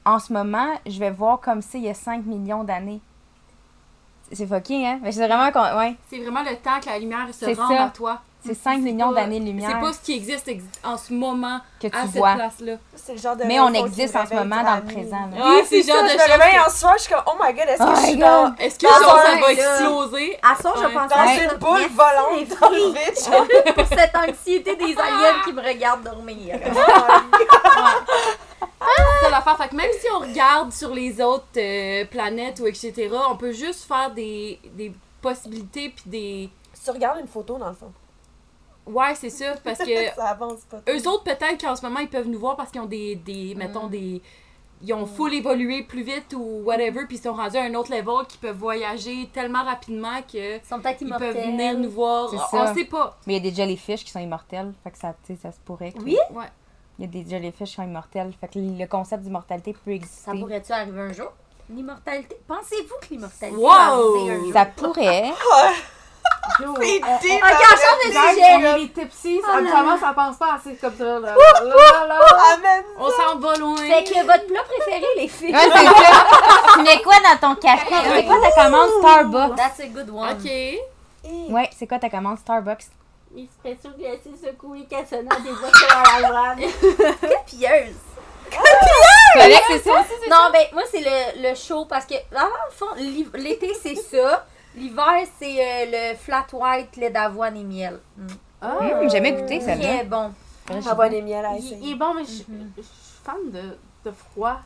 [SPEAKER 5] En ce moment, je vais voir comme ça il y a 5 millions d'années. C'est fucké, hein? Mais c'est vraiment... con- Ouais.
[SPEAKER 2] C'est vraiment le temps que la lumière se
[SPEAKER 5] C'est
[SPEAKER 2] rend
[SPEAKER 5] ça.
[SPEAKER 2] à toi.
[SPEAKER 5] C'est 5 millions
[SPEAKER 2] C'est
[SPEAKER 5] d'années-lumière
[SPEAKER 2] pas ce qui existe ex- en ce moment
[SPEAKER 5] que tu
[SPEAKER 2] à cette
[SPEAKER 5] vois.
[SPEAKER 2] place-là.
[SPEAKER 4] C'est le genre de
[SPEAKER 5] Mais on
[SPEAKER 4] rêve qu'on
[SPEAKER 5] existe en ce
[SPEAKER 4] réveille
[SPEAKER 5] moment
[SPEAKER 4] toute
[SPEAKER 5] dans
[SPEAKER 4] la
[SPEAKER 5] le
[SPEAKER 4] nuit.
[SPEAKER 5] présent. là.
[SPEAKER 2] Ouais,
[SPEAKER 4] Oui, c'est ça, je me réveille en soir, je suis comme, oh my god, est-ce que
[SPEAKER 5] Oh
[SPEAKER 4] je
[SPEAKER 5] my
[SPEAKER 4] suis dans,
[SPEAKER 2] Est-ce que
[SPEAKER 4] Dans
[SPEAKER 2] genre, ça
[SPEAKER 4] un
[SPEAKER 2] va
[SPEAKER 3] là.
[SPEAKER 2] exploser?
[SPEAKER 3] À soir, je
[SPEAKER 2] Ouais.
[SPEAKER 3] pense
[SPEAKER 4] dans
[SPEAKER 3] à ça.
[SPEAKER 4] une boule
[SPEAKER 3] Merci les
[SPEAKER 4] volante dans
[SPEAKER 3] filles,
[SPEAKER 4] le bitch?
[SPEAKER 3] pour cette anxiété des aliens qui me regardent dormir.
[SPEAKER 4] Oh
[SPEAKER 2] C'est ça l'affaire. Fait que même si on regarde sur les autres euh, planètes ou etc., on peut juste faire des, des possibilités puis des.
[SPEAKER 4] tu regardes une photo dans le fond.
[SPEAKER 2] Ouais, c'est ça. Parce que Euh,
[SPEAKER 4] ça avance pas.
[SPEAKER 2] Eux autres, peut-être qu'en ce moment, ils peuvent nous voir parce qu'ils ont des, des mettons, des... Ils ont full évolué plus vite ou whatever, puis ils sont rendus à un autre level, qu'ils peuvent voyager tellement rapidement que
[SPEAKER 3] Ils sont peut-être
[SPEAKER 2] ils
[SPEAKER 3] immortels.
[SPEAKER 2] peuvent venir nous voir. Ah,
[SPEAKER 5] C'est
[SPEAKER 2] On
[SPEAKER 5] ça.
[SPEAKER 2] sait pas.
[SPEAKER 5] Mais il y a des jellyfish qui sont immortels. Fait que ça, tu sais, ça se pourrait. que-
[SPEAKER 3] Oui?
[SPEAKER 2] Ouais.
[SPEAKER 5] Il y a des jellyfish qui sont immortels. Fait que le concept d'immortalité peut exister.
[SPEAKER 3] Ça pourrait-tu arriver un jour? L'immortalité. Pensez-vous que l'immortalité
[SPEAKER 2] Wow!
[SPEAKER 3] va arriver un jour?
[SPEAKER 5] Ça pourrait.
[SPEAKER 6] Yo,
[SPEAKER 4] C'est
[SPEAKER 6] on-
[SPEAKER 4] deep,
[SPEAKER 3] Ok, on change de
[SPEAKER 6] Guys,
[SPEAKER 3] sujet.
[SPEAKER 6] on est les tipsy, ça,
[SPEAKER 3] Oh là
[SPEAKER 6] ça, ça pense pas assez comme ça. là, là, là, là, là.
[SPEAKER 4] Amen.
[SPEAKER 2] On s'en va loin.
[SPEAKER 3] Fait que votre plat préféré, les filles?
[SPEAKER 5] Ouais, c'est ça. tu mets quoi dans ton café? C'est quoi ta commande Starbucks?
[SPEAKER 3] That's a good one.
[SPEAKER 2] Ok.
[SPEAKER 5] Ouais, c'est quoi ta commande Starbucks?
[SPEAKER 6] Espresso glacé secoué cassonnant des voitures à la grande.
[SPEAKER 3] Pieuse.
[SPEAKER 5] C'est correct, c'est ça?
[SPEAKER 3] Non, ben, moi, c'est le, le chaud parce que, dans le fond, l'hiv- l'été, c'est ça. L'hiver, c'est euh, le flat white, lait d'avoine et miel. Mm.
[SPEAKER 1] Ah.
[SPEAKER 5] Hum, jamais goûté
[SPEAKER 3] Très
[SPEAKER 5] celle-là.
[SPEAKER 3] bon.
[SPEAKER 4] Envoie les miels à
[SPEAKER 6] Il, il
[SPEAKER 4] essayer.
[SPEAKER 6] est bon, mais je je suis fan de, de froid.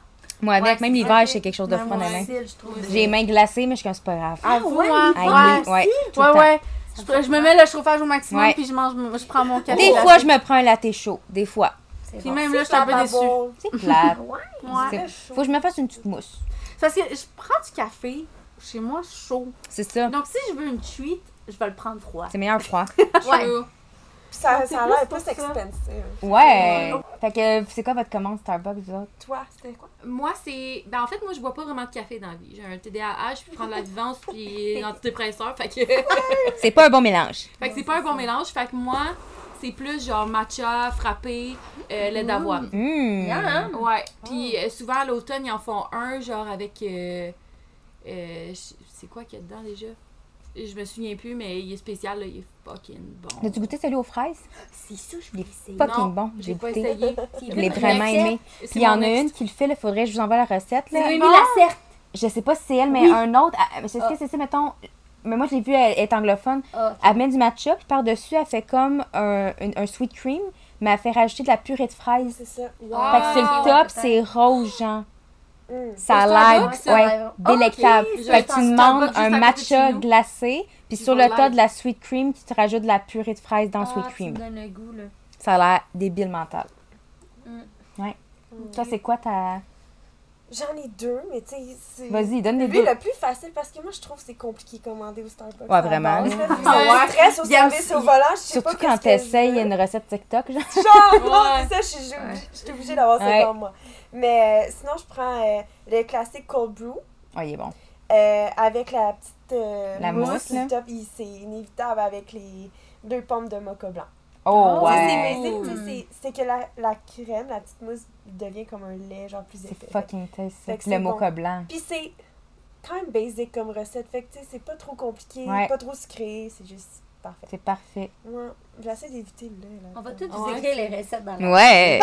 [SPEAKER 5] Moi, avec,
[SPEAKER 2] Ouais,
[SPEAKER 5] même
[SPEAKER 2] c'est
[SPEAKER 5] l'hiver,
[SPEAKER 2] ok.
[SPEAKER 5] j'ai quelque chose de froid dans les mains.
[SPEAKER 3] Facile, je trouve.
[SPEAKER 5] J'ai les mains glacées, mais je suis comme c'est pas grave.
[SPEAKER 6] Ah
[SPEAKER 3] ouais,
[SPEAKER 5] Ah, oui, ouais, tout le
[SPEAKER 1] Ouais,
[SPEAKER 5] temps.
[SPEAKER 1] ouais. Je, pr- je me mets le chauffage au maximum,
[SPEAKER 5] Ouais.
[SPEAKER 1] puis je mange, je prends mon café.
[SPEAKER 5] Des
[SPEAKER 1] glacé.
[SPEAKER 5] fois, je me prends un latte chaud. Des fois.
[SPEAKER 3] C'est
[SPEAKER 1] Puis
[SPEAKER 3] bon.
[SPEAKER 1] même là, je suis un peu déçue.
[SPEAKER 5] C'est plate.
[SPEAKER 3] Ouais.
[SPEAKER 1] Ouais.
[SPEAKER 5] C'est- Faut que je me fasse une petite mousse.
[SPEAKER 1] C'est Parce que je prends du café chez moi chaud.
[SPEAKER 5] C'est ça.
[SPEAKER 1] Donc si je veux une tweet, je vais le prendre froid.
[SPEAKER 5] C'est meilleur froid.
[SPEAKER 2] Ouais.
[SPEAKER 4] Ça, ça a l'air plus
[SPEAKER 1] pour ça.
[SPEAKER 4] expensive.
[SPEAKER 5] Ouais. Fait que euh, c'est quoi votre commande Starbucks, vous autres?
[SPEAKER 4] Toi, c'était quoi?
[SPEAKER 2] Moi, c'est. Ben, en fait, moi, je bois pas vraiment de café dans la vie. J'ai un TDAH, puis prendre de la vivance, puis l'antidépresseur. Fait que.
[SPEAKER 5] C'est pas un bon mélange.
[SPEAKER 2] fait que c'est pas un bon mélange. Fait que moi, c'est plus genre matcha, frappé, euh, lait d'avoine.
[SPEAKER 5] Hum.
[SPEAKER 3] Bien, hein?
[SPEAKER 2] Ouais, puis euh, souvent à l'automne, ils en font un, genre avec. euh, euh, je- c'est quoi qu'il y a dedans déjà? Je me souviens plus, mais il est spécial, là, il est fucking bon.
[SPEAKER 5] As-tu goûté celui aux fraises?
[SPEAKER 3] C'est ça, je l'ai essayé.
[SPEAKER 5] Pas-
[SPEAKER 2] Non,
[SPEAKER 5] fucking bon,
[SPEAKER 2] J'ai
[SPEAKER 5] j'ai
[SPEAKER 2] pas
[SPEAKER 5] goûté.
[SPEAKER 2] essayé.
[SPEAKER 5] Je l'ai vraiment
[SPEAKER 3] recette.
[SPEAKER 5] aimé.
[SPEAKER 2] C'est
[SPEAKER 5] Puis il y en
[SPEAKER 2] mon
[SPEAKER 5] a
[SPEAKER 2] ex.
[SPEAKER 5] une qui le fait, il faudrait que je vous envoie la recette.
[SPEAKER 3] C'est
[SPEAKER 5] Là. Ah!
[SPEAKER 3] Rémi Lacerte.
[SPEAKER 5] Je sais pas si c'est elle, mais un autre. ah, Je sais que c'est ça, mettons. Mais moi, je l'ai vu, elle elle est anglophone.
[SPEAKER 3] Ah.
[SPEAKER 5] Elle met du matcha, puis par-dessus, elle fait comme un, un, un sweet cream, mais elle fait rajouter de la purée de fraises.
[SPEAKER 4] C'est ça.
[SPEAKER 2] Wow.
[SPEAKER 5] Fait que c'est le
[SPEAKER 3] Ah,
[SPEAKER 5] top,
[SPEAKER 3] peut-être.
[SPEAKER 5] c'est rouge, genre.
[SPEAKER 4] Mm.
[SPEAKER 5] Ça a
[SPEAKER 2] Au Starbucks,
[SPEAKER 5] l'air
[SPEAKER 2] ça?
[SPEAKER 5] ouais,
[SPEAKER 3] Ah, ok.
[SPEAKER 5] délectable.
[SPEAKER 2] Je
[SPEAKER 5] Fait que
[SPEAKER 2] pense Starbucks
[SPEAKER 5] tu demandes
[SPEAKER 2] juste à
[SPEAKER 5] un
[SPEAKER 2] côté de chez
[SPEAKER 5] matcha
[SPEAKER 2] nous.
[SPEAKER 5] glacé, puis
[SPEAKER 2] Ils
[SPEAKER 5] sur
[SPEAKER 2] vont
[SPEAKER 5] le tas
[SPEAKER 2] live.
[SPEAKER 5] de la sweet cream, tu te rajoutes de la purée de fraises dans le
[SPEAKER 3] Ah,
[SPEAKER 5] sweet
[SPEAKER 3] tu
[SPEAKER 5] cream.
[SPEAKER 3] me donnes le goût, là.
[SPEAKER 5] Ça a l'air débile mental.
[SPEAKER 3] Mm.
[SPEAKER 5] Ouais. Toi, c'est quoi ta.
[SPEAKER 4] J'en ai deux, mais tu sais, c'est.
[SPEAKER 5] Vas-y, donne les
[SPEAKER 4] Lui,
[SPEAKER 5] deux.
[SPEAKER 4] le plus facile, parce que moi, je trouve que c'est compliqué de commander au Starbucks.
[SPEAKER 5] Ouais, vraiment.
[SPEAKER 4] Ah
[SPEAKER 2] Ouais.
[SPEAKER 4] ouais. stress au
[SPEAKER 5] Il y a-
[SPEAKER 4] service au volant, je sais pas qu'est-ce
[SPEAKER 5] Surtout quand
[SPEAKER 4] que je
[SPEAKER 5] t'essayes
[SPEAKER 4] veux.
[SPEAKER 5] une recette TikTok, genre.
[SPEAKER 4] Genre, non,
[SPEAKER 2] Ouais.
[SPEAKER 4] c'est ça, je suis obligée- je suis obligée d'avoir ça
[SPEAKER 5] Ouais.
[SPEAKER 4] devant moi. Mais euh, sinon, je prends euh, le classique cold brew
[SPEAKER 5] Ah, il est bon.
[SPEAKER 4] euh, avec la petite euh,
[SPEAKER 5] La mousse,
[SPEAKER 4] sur le
[SPEAKER 5] là.
[SPEAKER 4] top. Il- C'est inévitable avec les deux pommes de mocha blanc.
[SPEAKER 5] Oh,
[SPEAKER 4] Ça,
[SPEAKER 5] ouais.
[SPEAKER 4] C'est basique, tu sais, c'est- c'est que la, la crème, la petite mousse devient comme un lait, genre plus épais.
[SPEAKER 5] C'est fucking tasty.
[SPEAKER 4] Fait que
[SPEAKER 5] Le
[SPEAKER 4] c'est bon.
[SPEAKER 5] mocha blanc.
[SPEAKER 4] Puis c'est quand même basic comme recette. Fait que tu sais, c'est pas trop compliqué,
[SPEAKER 5] Ouais.
[SPEAKER 4] pas trop sucré, c'est juste parfait.
[SPEAKER 5] C'est parfait.
[SPEAKER 4] Ouais, j'essaie d'éviter le lait. Là,
[SPEAKER 3] On va toutes vous
[SPEAKER 2] Ouais.
[SPEAKER 3] écrire les recettes dans la
[SPEAKER 5] Ouais.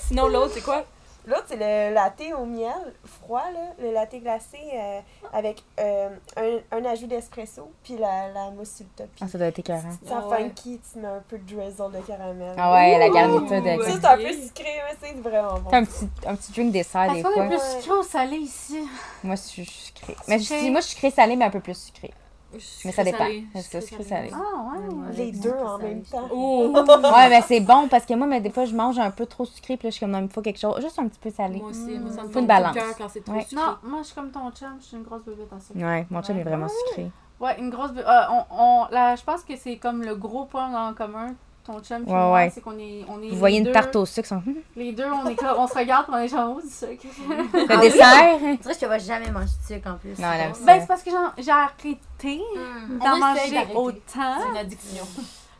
[SPEAKER 2] Sinon, l'autre, c'est quoi?
[SPEAKER 4] L'autre, c'est le latte au miel froid, là, le latte glacé euh, avec euh, un, un ajout d'espresso, puis la, la mousse sur le top. Puis
[SPEAKER 5] Ah, ça doit être écœurant.
[SPEAKER 4] ça
[SPEAKER 2] Ah ouais.
[SPEAKER 4] funky, tu mets un peu de drizzle de caramel.
[SPEAKER 5] Ah ouais, la
[SPEAKER 2] Ouh.
[SPEAKER 5] garniture
[SPEAKER 4] Ça,
[SPEAKER 5] de.
[SPEAKER 4] c'est un peu sucré, mais c'est vraiment bon.
[SPEAKER 5] T'as Un petit, un petit drink dessert
[SPEAKER 1] Parce
[SPEAKER 5] Ah, des
[SPEAKER 1] qu'on est
[SPEAKER 5] fois.
[SPEAKER 1] plus
[SPEAKER 4] Ouais.
[SPEAKER 1] sucré au salé ici.
[SPEAKER 5] Moi, je suis sucrée. Mais je
[SPEAKER 1] Sucré.
[SPEAKER 5] suis- moi, je suis sucrée salée, mais un peu plus sucrée.
[SPEAKER 2] Sucré
[SPEAKER 5] Mais ça dépend.
[SPEAKER 2] salé.
[SPEAKER 5] C'est ça, sucré salé.
[SPEAKER 1] Ah ouais.
[SPEAKER 4] Les deux en même temps.
[SPEAKER 2] Oh!
[SPEAKER 5] Ouais, mais c'est bon parce que moi, mais des fois, je mange un peu trop sucré, puis là, je suis comme, non, il me faut quelque chose, juste un petit peu salé.
[SPEAKER 2] Moi aussi, moi, ça me fait
[SPEAKER 5] Faut une
[SPEAKER 2] une
[SPEAKER 5] balance.
[SPEAKER 2] cœur quand c'est trop
[SPEAKER 5] Ouais.
[SPEAKER 2] sucré.
[SPEAKER 1] Non, moi je suis comme ton chum, je suis une grosse bébête à ça.
[SPEAKER 5] Ouais, mon chum est vraiment sucré.
[SPEAKER 1] Ouais, une grosse bébête. Euh, on, on, là, je pense que c'est comme le gros point en commun. Ton chum, puis
[SPEAKER 5] Ouais,
[SPEAKER 1] moi,
[SPEAKER 5] ouais.
[SPEAKER 1] c'est qu'on est, on est.
[SPEAKER 5] Vous voyez
[SPEAKER 1] les
[SPEAKER 5] une
[SPEAKER 1] deux-
[SPEAKER 5] tarte au sucre, ça- hum,
[SPEAKER 1] Les deux, on est comme- on se regarde, puis on est genre, oh, du sucre.
[SPEAKER 5] le dessert. hein?
[SPEAKER 3] Je dirais que je ne vais jamais manger de sucre en plus.
[SPEAKER 5] Non, elle aime
[SPEAKER 1] ben,
[SPEAKER 5] ça.
[SPEAKER 1] c'est parce que j'en- j'ai arrêté
[SPEAKER 3] Mm.
[SPEAKER 1] d'en
[SPEAKER 2] On essaie
[SPEAKER 1] manger
[SPEAKER 2] d'arrêter.
[SPEAKER 1] autant.
[SPEAKER 2] C'est une addiction.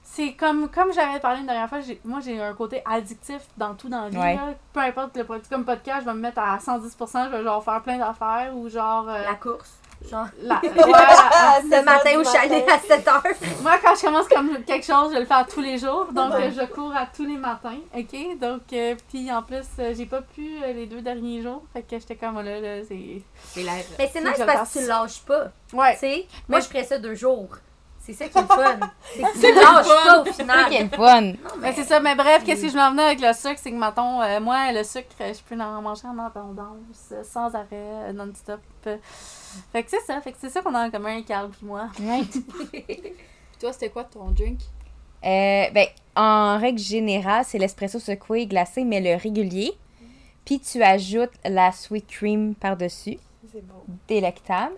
[SPEAKER 1] C'est comme, comme j'avais parlé une dernière fois, j'ai- moi j'ai un côté addictif dans tout dans la vie.
[SPEAKER 5] Ouais.
[SPEAKER 1] là. Peu importe le produit, comme podcast, je vais me mettre à 110%, je vais genre faire plein d'affaires ou genre euh,
[SPEAKER 3] La course.
[SPEAKER 1] la...
[SPEAKER 3] Genre,
[SPEAKER 1] La-
[SPEAKER 4] Ah, c'est
[SPEAKER 3] ce
[SPEAKER 4] ça,
[SPEAKER 3] matin
[SPEAKER 4] du
[SPEAKER 3] au chalet
[SPEAKER 4] matin.
[SPEAKER 3] à 7 h.
[SPEAKER 1] Moi, quand je commence comme quelque chose, je vais le faire tous les jours. Donc, euh, je cours à tous les matins, OK? Donc, euh, puis en plus, euh, j'ai pas pu euh, les deux derniers jours. Fait que j'étais comme, oh là, là, c'est...
[SPEAKER 2] C'est l'air.
[SPEAKER 3] Mais c'est
[SPEAKER 1] Faut que
[SPEAKER 3] nice
[SPEAKER 1] je
[SPEAKER 3] parce que
[SPEAKER 1] le
[SPEAKER 3] tu lâches pas.
[SPEAKER 1] Ouais.
[SPEAKER 3] Tu sais, moi,
[SPEAKER 1] Mais-
[SPEAKER 3] je ferais ça deux jours. C'est ça qui est le fun. C'est que tu lâches pas au
[SPEAKER 5] C'est ça qui
[SPEAKER 3] final.
[SPEAKER 5] est le fun.
[SPEAKER 1] Mais c'est ça. Mais bref, qu'est-ce que je m'en venais avec le sucre? C'est que, mettons, euh, moi, le sucre, euh, je peux en manger en abondance, euh, sans arrêt, euh, non-stop. Euh, Fait que c'est ça. Fait que c'est ça qu'on a en commun, Carl puis moi.
[SPEAKER 5] Right.
[SPEAKER 2] Puis toi, c'était quoi ton drink?
[SPEAKER 5] Euh, ben, en règle générale, c'est l'espresso secoué et glacé, mais le régulier. Puis tu ajoutes la sweet cream par-dessus,
[SPEAKER 4] C'est bon.
[SPEAKER 5] délectable.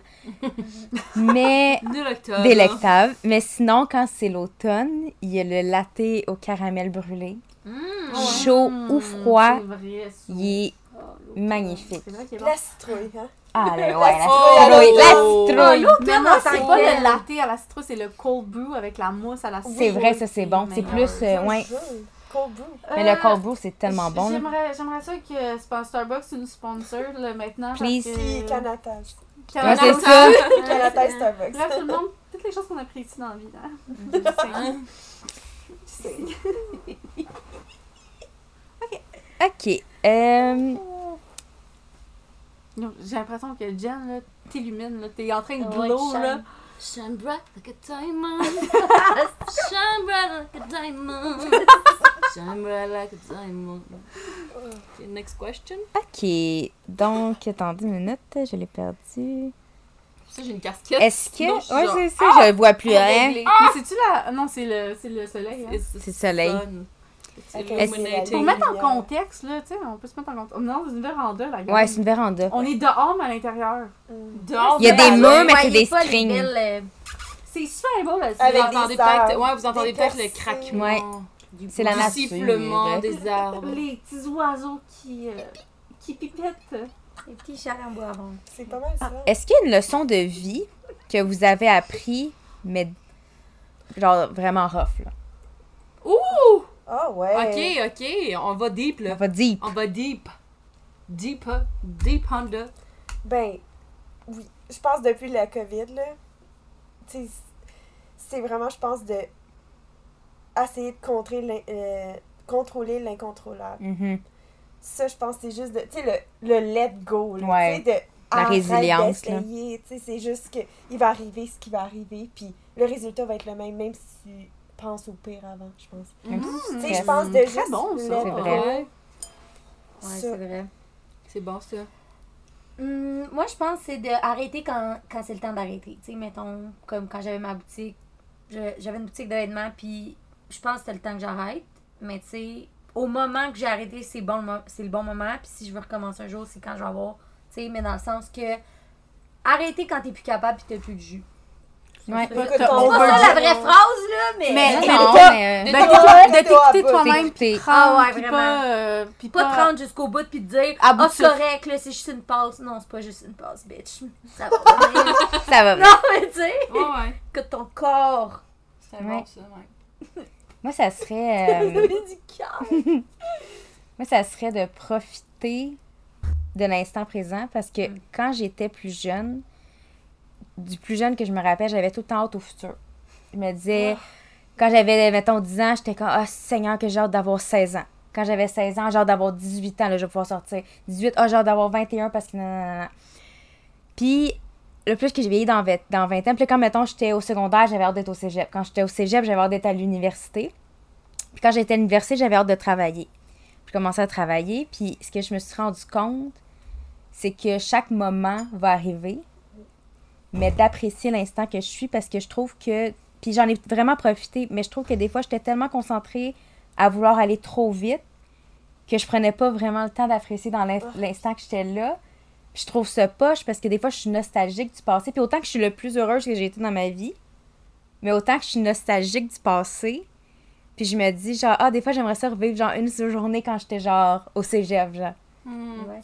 [SPEAKER 5] mais
[SPEAKER 2] Délectable.
[SPEAKER 5] délectable. Mais sinon, quand c'est l'automne, il y a le latte au caramel brûlé. Chaud ou
[SPEAKER 1] Mmh,
[SPEAKER 5] froid,
[SPEAKER 1] c'est vrai, ça.
[SPEAKER 5] il est
[SPEAKER 6] Oh, l'autre.
[SPEAKER 5] magnifique.
[SPEAKER 1] C'est vrai qu'il est bon.
[SPEAKER 4] La citrouille, hein?
[SPEAKER 5] Ah, le, ouais, la Oh,
[SPEAKER 4] citrouille,
[SPEAKER 5] citrouille,
[SPEAKER 4] alors.
[SPEAKER 5] la citrouille.
[SPEAKER 1] Mais
[SPEAKER 3] L'automne
[SPEAKER 1] moi,
[SPEAKER 3] en tant
[SPEAKER 1] c'est
[SPEAKER 3] que
[SPEAKER 1] pas
[SPEAKER 3] tel.
[SPEAKER 1] le latte à la citrouille, c'est le cold brew avec la mousse à la citrouille.
[SPEAKER 5] C'est vrai, ça, c'est bon. C'est
[SPEAKER 1] meilleur.
[SPEAKER 5] plus, euh, ouais.
[SPEAKER 4] Jaune, Cold brew.
[SPEAKER 5] Mais
[SPEAKER 1] Euh,
[SPEAKER 5] le cold brew, c'est tellement bon. là.
[SPEAKER 1] J'aimerais, j'aimerais ça que c'est pas Starbucks nous sponsor là, maintenant. parce
[SPEAKER 5] Please.
[SPEAKER 1] que-
[SPEAKER 4] Puis Canatas.
[SPEAKER 5] Ouais,
[SPEAKER 1] Canada-
[SPEAKER 5] c'est ça.
[SPEAKER 4] Canatas
[SPEAKER 1] Euh,
[SPEAKER 4] Starbucks.
[SPEAKER 1] Bref, tout le monde, toutes les choses qu'on a ici dans la vie. Hein?
[SPEAKER 5] Ok. Euh,
[SPEAKER 1] Non, J'ai l'impression que Jen, là, t'illumine, là, t'es en train de
[SPEAKER 6] Ouais,
[SPEAKER 1] glow,
[SPEAKER 6] tu
[SPEAKER 1] là.
[SPEAKER 6] shines. Shine bright like a diamond. Shine bright like a diamond.
[SPEAKER 2] Shine bright like a diamond. Okay, next question.
[SPEAKER 5] ok. Donc, attendez une minute, je l'ai perdu.
[SPEAKER 2] Ça, j'ai une casquette.
[SPEAKER 5] Est-ce que.
[SPEAKER 2] Sinon, je suis
[SPEAKER 5] Ouais,
[SPEAKER 2] genre,
[SPEAKER 5] c'est ça, je le vois plus rien.
[SPEAKER 1] Mais c'est-tu la... Non, c'est le, c'est le soleil, hein.
[SPEAKER 2] It's the
[SPEAKER 5] C'est soleil.
[SPEAKER 2] sun. It's
[SPEAKER 4] Ok,
[SPEAKER 2] illuminating.
[SPEAKER 1] Pour
[SPEAKER 4] c'est
[SPEAKER 1] mettre en
[SPEAKER 4] lumière.
[SPEAKER 1] contexte, là, tu sais, on peut se mettre en contexte. On est dans une véranda, la gang.
[SPEAKER 5] Ouais, c'est une véranda.
[SPEAKER 1] On est dehors, mais à l'intérieur.
[SPEAKER 4] Mm,
[SPEAKER 2] Dehors,
[SPEAKER 5] Il y a
[SPEAKER 2] de
[SPEAKER 5] des
[SPEAKER 2] la-
[SPEAKER 5] murs, mais
[SPEAKER 3] Ouais,
[SPEAKER 5] c'est
[SPEAKER 3] il est
[SPEAKER 5] des
[SPEAKER 3] pas les
[SPEAKER 5] strings.
[SPEAKER 3] belles, euh,
[SPEAKER 1] C'est super beau, là.
[SPEAKER 2] Vous
[SPEAKER 4] Avec
[SPEAKER 2] entendez
[SPEAKER 4] des arbres,
[SPEAKER 2] peut-être, ouais, vous entendez
[SPEAKER 4] des
[SPEAKER 2] peut-être le
[SPEAKER 4] percées.
[SPEAKER 2] craquement.
[SPEAKER 5] Ouais.
[SPEAKER 2] du-
[SPEAKER 5] C'est la
[SPEAKER 2] du
[SPEAKER 5] nature.
[SPEAKER 2] sifflement des arbres.
[SPEAKER 1] Les petits oiseaux qui... euh, qui pipetent.
[SPEAKER 3] les petits chalets en bois avant.
[SPEAKER 4] C'est pas mal ça.
[SPEAKER 5] Est-ce qu'il y a une leçon de vie que vous avez appris, mais genre vraiment rough, là?
[SPEAKER 4] Ah ouais.
[SPEAKER 2] Ok, ok, on va deep
[SPEAKER 5] On
[SPEAKER 2] là.
[SPEAKER 5] va deep.
[SPEAKER 2] On va deep. Deep, deep under.
[SPEAKER 4] Ben, oui. Je pense depuis la COVID, là, tu sais, c'est vraiment, je pense, de essayer de contrer l'in- euh, contrôler l'incontrôlable.
[SPEAKER 5] Mhm.
[SPEAKER 4] Ça, je pense, c'est juste de, tu sais, le, le let go, là,
[SPEAKER 5] Ouais.
[SPEAKER 4] tu sais, de arrête
[SPEAKER 5] résilience,
[SPEAKER 4] d'essayer, tu sais, c'est juste que il va arriver ce qui va arriver, puis le résultat va être le même, même si tu penses au pire avant, je pense.
[SPEAKER 2] Mm-hmm.
[SPEAKER 5] Un petit
[SPEAKER 4] Tu sais,
[SPEAKER 5] stress.
[SPEAKER 4] je pense de
[SPEAKER 1] Très
[SPEAKER 4] juste
[SPEAKER 1] bon, ça.
[SPEAKER 4] let
[SPEAKER 5] C'est
[SPEAKER 4] go,
[SPEAKER 5] vrai.
[SPEAKER 2] Ouais,
[SPEAKER 3] Ouais,
[SPEAKER 4] ça.
[SPEAKER 3] c'est vrai.
[SPEAKER 2] c'est bon ça.
[SPEAKER 3] Hum, moi, je pense que c'est d'arrêter quand, quand c'est le temps d'arrêter. Tu sais, mettons, comme quand j'avais ma boutique, je- j'avais une boutique de vêtements, puis je pense que c'était le temps que j'arrête. Mais tu sais, au moment que j'ai arrêté, c'est bon, le mo- c'est le bon moment. Puis si je veux recommencer un jour, c'est quand je vais avoir. Tu sais, mais dans le sens que arrêter quand t'es plus capable, puis t'as plus de jus.
[SPEAKER 5] Ouais.
[SPEAKER 4] Écoute,
[SPEAKER 5] T'as-
[SPEAKER 4] ton
[SPEAKER 5] on
[SPEAKER 3] C'est pas
[SPEAKER 5] veut
[SPEAKER 3] ça
[SPEAKER 5] dire-
[SPEAKER 3] la vraie phrase, là, mais.
[SPEAKER 1] Mais-
[SPEAKER 5] Non,
[SPEAKER 1] Mais
[SPEAKER 5] non,
[SPEAKER 1] t'as-
[SPEAKER 5] mais, euh,
[SPEAKER 1] Ben,
[SPEAKER 4] Ouais,
[SPEAKER 1] t'écoutes- de
[SPEAKER 4] ouais,
[SPEAKER 1] t'écouter
[SPEAKER 4] ouais,
[SPEAKER 1] toi-même,
[SPEAKER 5] t'écouter.
[SPEAKER 1] prendre,
[SPEAKER 3] Ah ouais,
[SPEAKER 1] puis
[SPEAKER 3] vraiment.
[SPEAKER 1] pas, euh, puis
[SPEAKER 3] pas
[SPEAKER 1] pas-
[SPEAKER 3] te rendre jusqu'au bout puis te dire
[SPEAKER 5] À bout
[SPEAKER 3] Ah,
[SPEAKER 5] de
[SPEAKER 3] c'est
[SPEAKER 5] souffle.
[SPEAKER 3] correct, là, c'est juste une passe. Non, c'est pas juste une passe, bitch. Ça va revenir.
[SPEAKER 5] ça va.
[SPEAKER 3] non, mais tu sais,
[SPEAKER 2] Ouais, ouais.
[SPEAKER 3] que ton corps.
[SPEAKER 2] C'est bon
[SPEAKER 5] Ouais.
[SPEAKER 2] ça, ouais.
[SPEAKER 5] Moi, ça serait. euh,
[SPEAKER 3] du corps.
[SPEAKER 5] Moi, ça serait de profiter de l'instant présent parce que quand j'étais plus jeune, du plus jeune que je me rappelle, j'avais tout le temps hâte au futur. Je me disais, quand j'avais, mettons, 10 ans, j'étais comme, ah, Seigneur, que j'ai hâte d'avoir 16 ans. Quand j'avais 16 ans, j'ai hâte d'avoir 18 ans, là, je vais pouvoir sortir. 18, ah, j'ai hâte d'avoir 21 parce que non, non, non, non. Puis, le plus que j'ai vieilli dans, vingt- dans 20 ans, puis là, quand, mettons, j'étais au secondaire, j'avais hâte d'être au cégep. Quand j'étais au cégep, j'avais hâte d'être à l'université. Puis quand j'étais à l'université, j'avais hâte de travailler. Je commençais à travailler, puis ce que je me suis rendu compte, c'est que chaque moment va arriver, mais d'apprécier l'instant que je suis parce que je trouve que. Puis j'en ai vraiment profité, mais je trouve que des fois, j'étais tellement concentrée à vouloir aller trop vite que je prenais pas vraiment le temps d'apprécier dans l'in- l'instant que j'étais là. Puis je trouve ça poche parce que des fois, je suis nostalgique du passé. Puis autant que je suis le plus heureuse que j'ai été dans ma vie, mais autant que je suis nostalgique du passé, puis je me dis, genre, ah, des fois, j'aimerais ça revivre, genre, une seule journée quand j'étais, genre, au cégep, genre.
[SPEAKER 3] Ouais,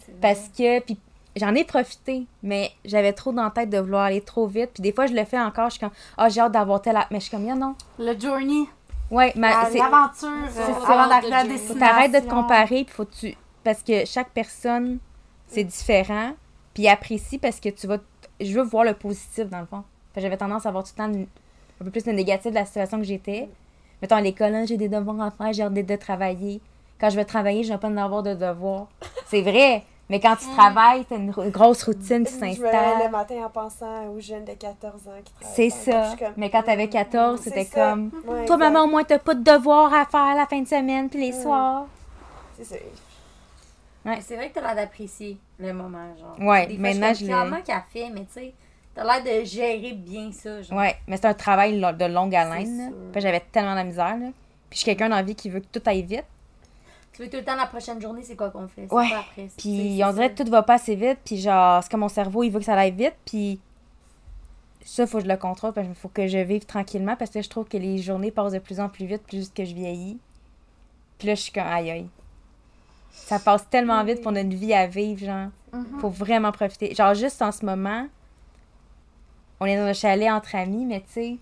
[SPEAKER 3] c'est vrai.
[SPEAKER 5] Parce que, puis j'en ai profité, mais j'avais trop dans la tête de vouloir aller trop vite. Puis des fois, je le fais encore, je suis comme, ah, j'ai hâte d'avoir tel... a- Mais je suis comme, Yeah, non.
[SPEAKER 1] Le journey,
[SPEAKER 5] Ouais, mais
[SPEAKER 1] la-
[SPEAKER 5] c'est...
[SPEAKER 1] l'aventure,
[SPEAKER 2] C'est
[SPEAKER 1] euh,
[SPEAKER 2] ça,
[SPEAKER 1] avant d'arriver à
[SPEAKER 2] le journey.
[SPEAKER 5] Faut
[SPEAKER 1] destination.
[SPEAKER 5] t'arrêtes de te comparer, puis faut que tu... Parce que chaque personne, c'est différent, puis apprécie parce que tu vas... t- je veux voir le positif, dans le fond. Fait que J'avais tendance à voir tout le temps une- un peu plus le négatif de la situation que j'étais. Mettons, à l'école, hein, j'ai des devoirs à faire, j'ai hâte de- de travailler. Quand je vais travailler, je n'ai pas d'avoir de devoirs. C'est vrai, mais quand tu travailles, t'as une, ro- une grosse routine qui
[SPEAKER 4] Je me lève le
[SPEAKER 5] s'installe.
[SPEAKER 4] matin en pensant aux jeunes de 14 ans qui travaillent.
[SPEAKER 5] C'est
[SPEAKER 4] dans le
[SPEAKER 5] ça.
[SPEAKER 4] coffre. Je suis comme, hmm,
[SPEAKER 5] Mais quand t'avais 14,
[SPEAKER 4] C'est
[SPEAKER 5] c'était
[SPEAKER 4] ça.
[SPEAKER 5] comme...
[SPEAKER 4] ouais,
[SPEAKER 5] Toi,
[SPEAKER 4] exact.
[SPEAKER 5] maman, au moins, t'as pas de devoirs à faire la fin de semaine puis les
[SPEAKER 4] Mm.
[SPEAKER 5] soirs.
[SPEAKER 4] C'est ça.
[SPEAKER 3] Mais C'est vrai que t'as l'air d'apprécier le moment, genre.
[SPEAKER 5] Ouais,
[SPEAKER 3] Des fois,
[SPEAKER 5] maintenant,
[SPEAKER 3] je suis
[SPEAKER 5] je
[SPEAKER 3] comme,
[SPEAKER 5] l'ai-
[SPEAKER 3] clairement qu'elle fait, mais tu sais, t'as l'air de gérer bien ça, genre.
[SPEAKER 5] Ouais, mais c'est un travail lo- de longue
[SPEAKER 3] C'est
[SPEAKER 5] haleine. là.
[SPEAKER 3] sûr.
[SPEAKER 5] Fait que J'avais tellement de la misère. Là. Puis je suis quelqu'un d'envie qui veut que tout aille vite.
[SPEAKER 3] Tu veux tout le temps la prochaine journée, c'est quoi qu'on fait? C'est
[SPEAKER 5] Ouais.
[SPEAKER 3] pas après. c'est-
[SPEAKER 5] Puis
[SPEAKER 3] c'est
[SPEAKER 5] on
[SPEAKER 3] ça.
[SPEAKER 5] dirait que tout va pas assez vite. Puis genre, c'est comme mon cerveau, il veut que ça aille vite. Puis ça, faut que je le contrôle. Parce que faut que je vive tranquillement. Parce que je trouve que les journées passent de plus en plus vite, plus que je vieillis. Puis là, je suis comme aïe aïe. Ça passe tellement vite pour notre vie à vivre, genre.
[SPEAKER 4] Mm-hmm.
[SPEAKER 5] Faut vraiment profiter. Genre, juste en ce moment, on est dans un chalet entre amis, mais tu sais,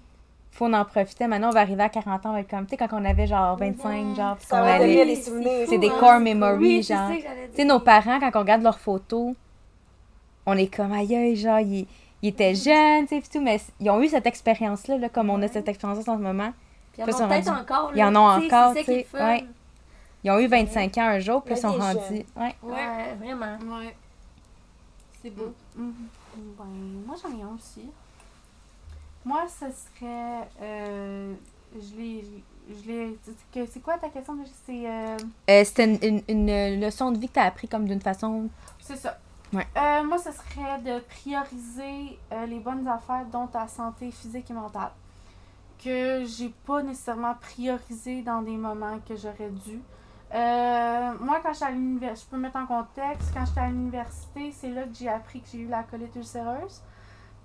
[SPEAKER 5] faut en profiter. Maintenant, on va arriver à 40 ans, on va être comme, tu sais, quand on avait genre 25, genre, puis qu'on
[SPEAKER 4] Oh Ça va
[SPEAKER 5] allait-
[SPEAKER 4] devenir des
[SPEAKER 3] c'est
[SPEAKER 4] souvenirs.
[SPEAKER 5] C'est des
[SPEAKER 3] hein?
[SPEAKER 5] core memories,
[SPEAKER 3] Oui, c'est
[SPEAKER 5] genre.
[SPEAKER 3] ça que j'allais
[SPEAKER 5] Tu sais,
[SPEAKER 3] dire.
[SPEAKER 5] nos parents, quand on regarde leurs photos, on est comme, aïe, aïe, genre, ils, ils étaient jeunes, tu sais, pis tout, mais c- ils ont eu cette expérience-là, là, comme on a cette expérience-là en ce moment.
[SPEAKER 3] Puis ils
[SPEAKER 5] Puis
[SPEAKER 3] en
[SPEAKER 5] ils sont
[SPEAKER 3] ont peut-être
[SPEAKER 5] rendus-
[SPEAKER 3] encore.
[SPEAKER 5] ils en
[SPEAKER 3] là,
[SPEAKER 5] ont
[SPEAKER 3] tu sais,
[SPEAKER 5] encore,
[SPEAKER 3] C'est ça qui est le
[SPEAKER 5] tu sais,
[SPEAKER 3] fun.
[SPEAKER 5] ouais. Ils ont eu 25 ans un jour, puis
[SPEAKER 4] Mais
[SPEAKER 5] ils sont
[SPEAKER 4] des
[SPEAKER 5] rendus. Ouais.
[SPEAKER 2] Ouais.
[SPEAKER 3] Ouais, vraiment.
[SPEAKER 2] Ouais. C'est beau.
[SPEAKER 1] Ben, moi j'en ai un aussi. Moi, ce serait. euh, je l'ai. Je l'ai. c'est que- C'est quoi ta question? déjà? C'est. euh,
[SPEAKER 5] Euh, C'était une, une- une leçon de vie que t'as appris comme d'une façon
[SPEAKER 1] c'est ça.
[SPEAKER 5] Ouais.
[SPEAKER 1] Euh, moi, ce serait de prioriser euh, les bonnes affaires, dont ta santé physique et mentale. Que j'ai pas nécessairement priorisé dans des moments que j'aurais dû. Euh, moi, quand j'étais à l'université, je peux mettre en contexte, quand j'étais à l'université, c'est là que j'ai appris que j'ai eu la colite ulcéreuse.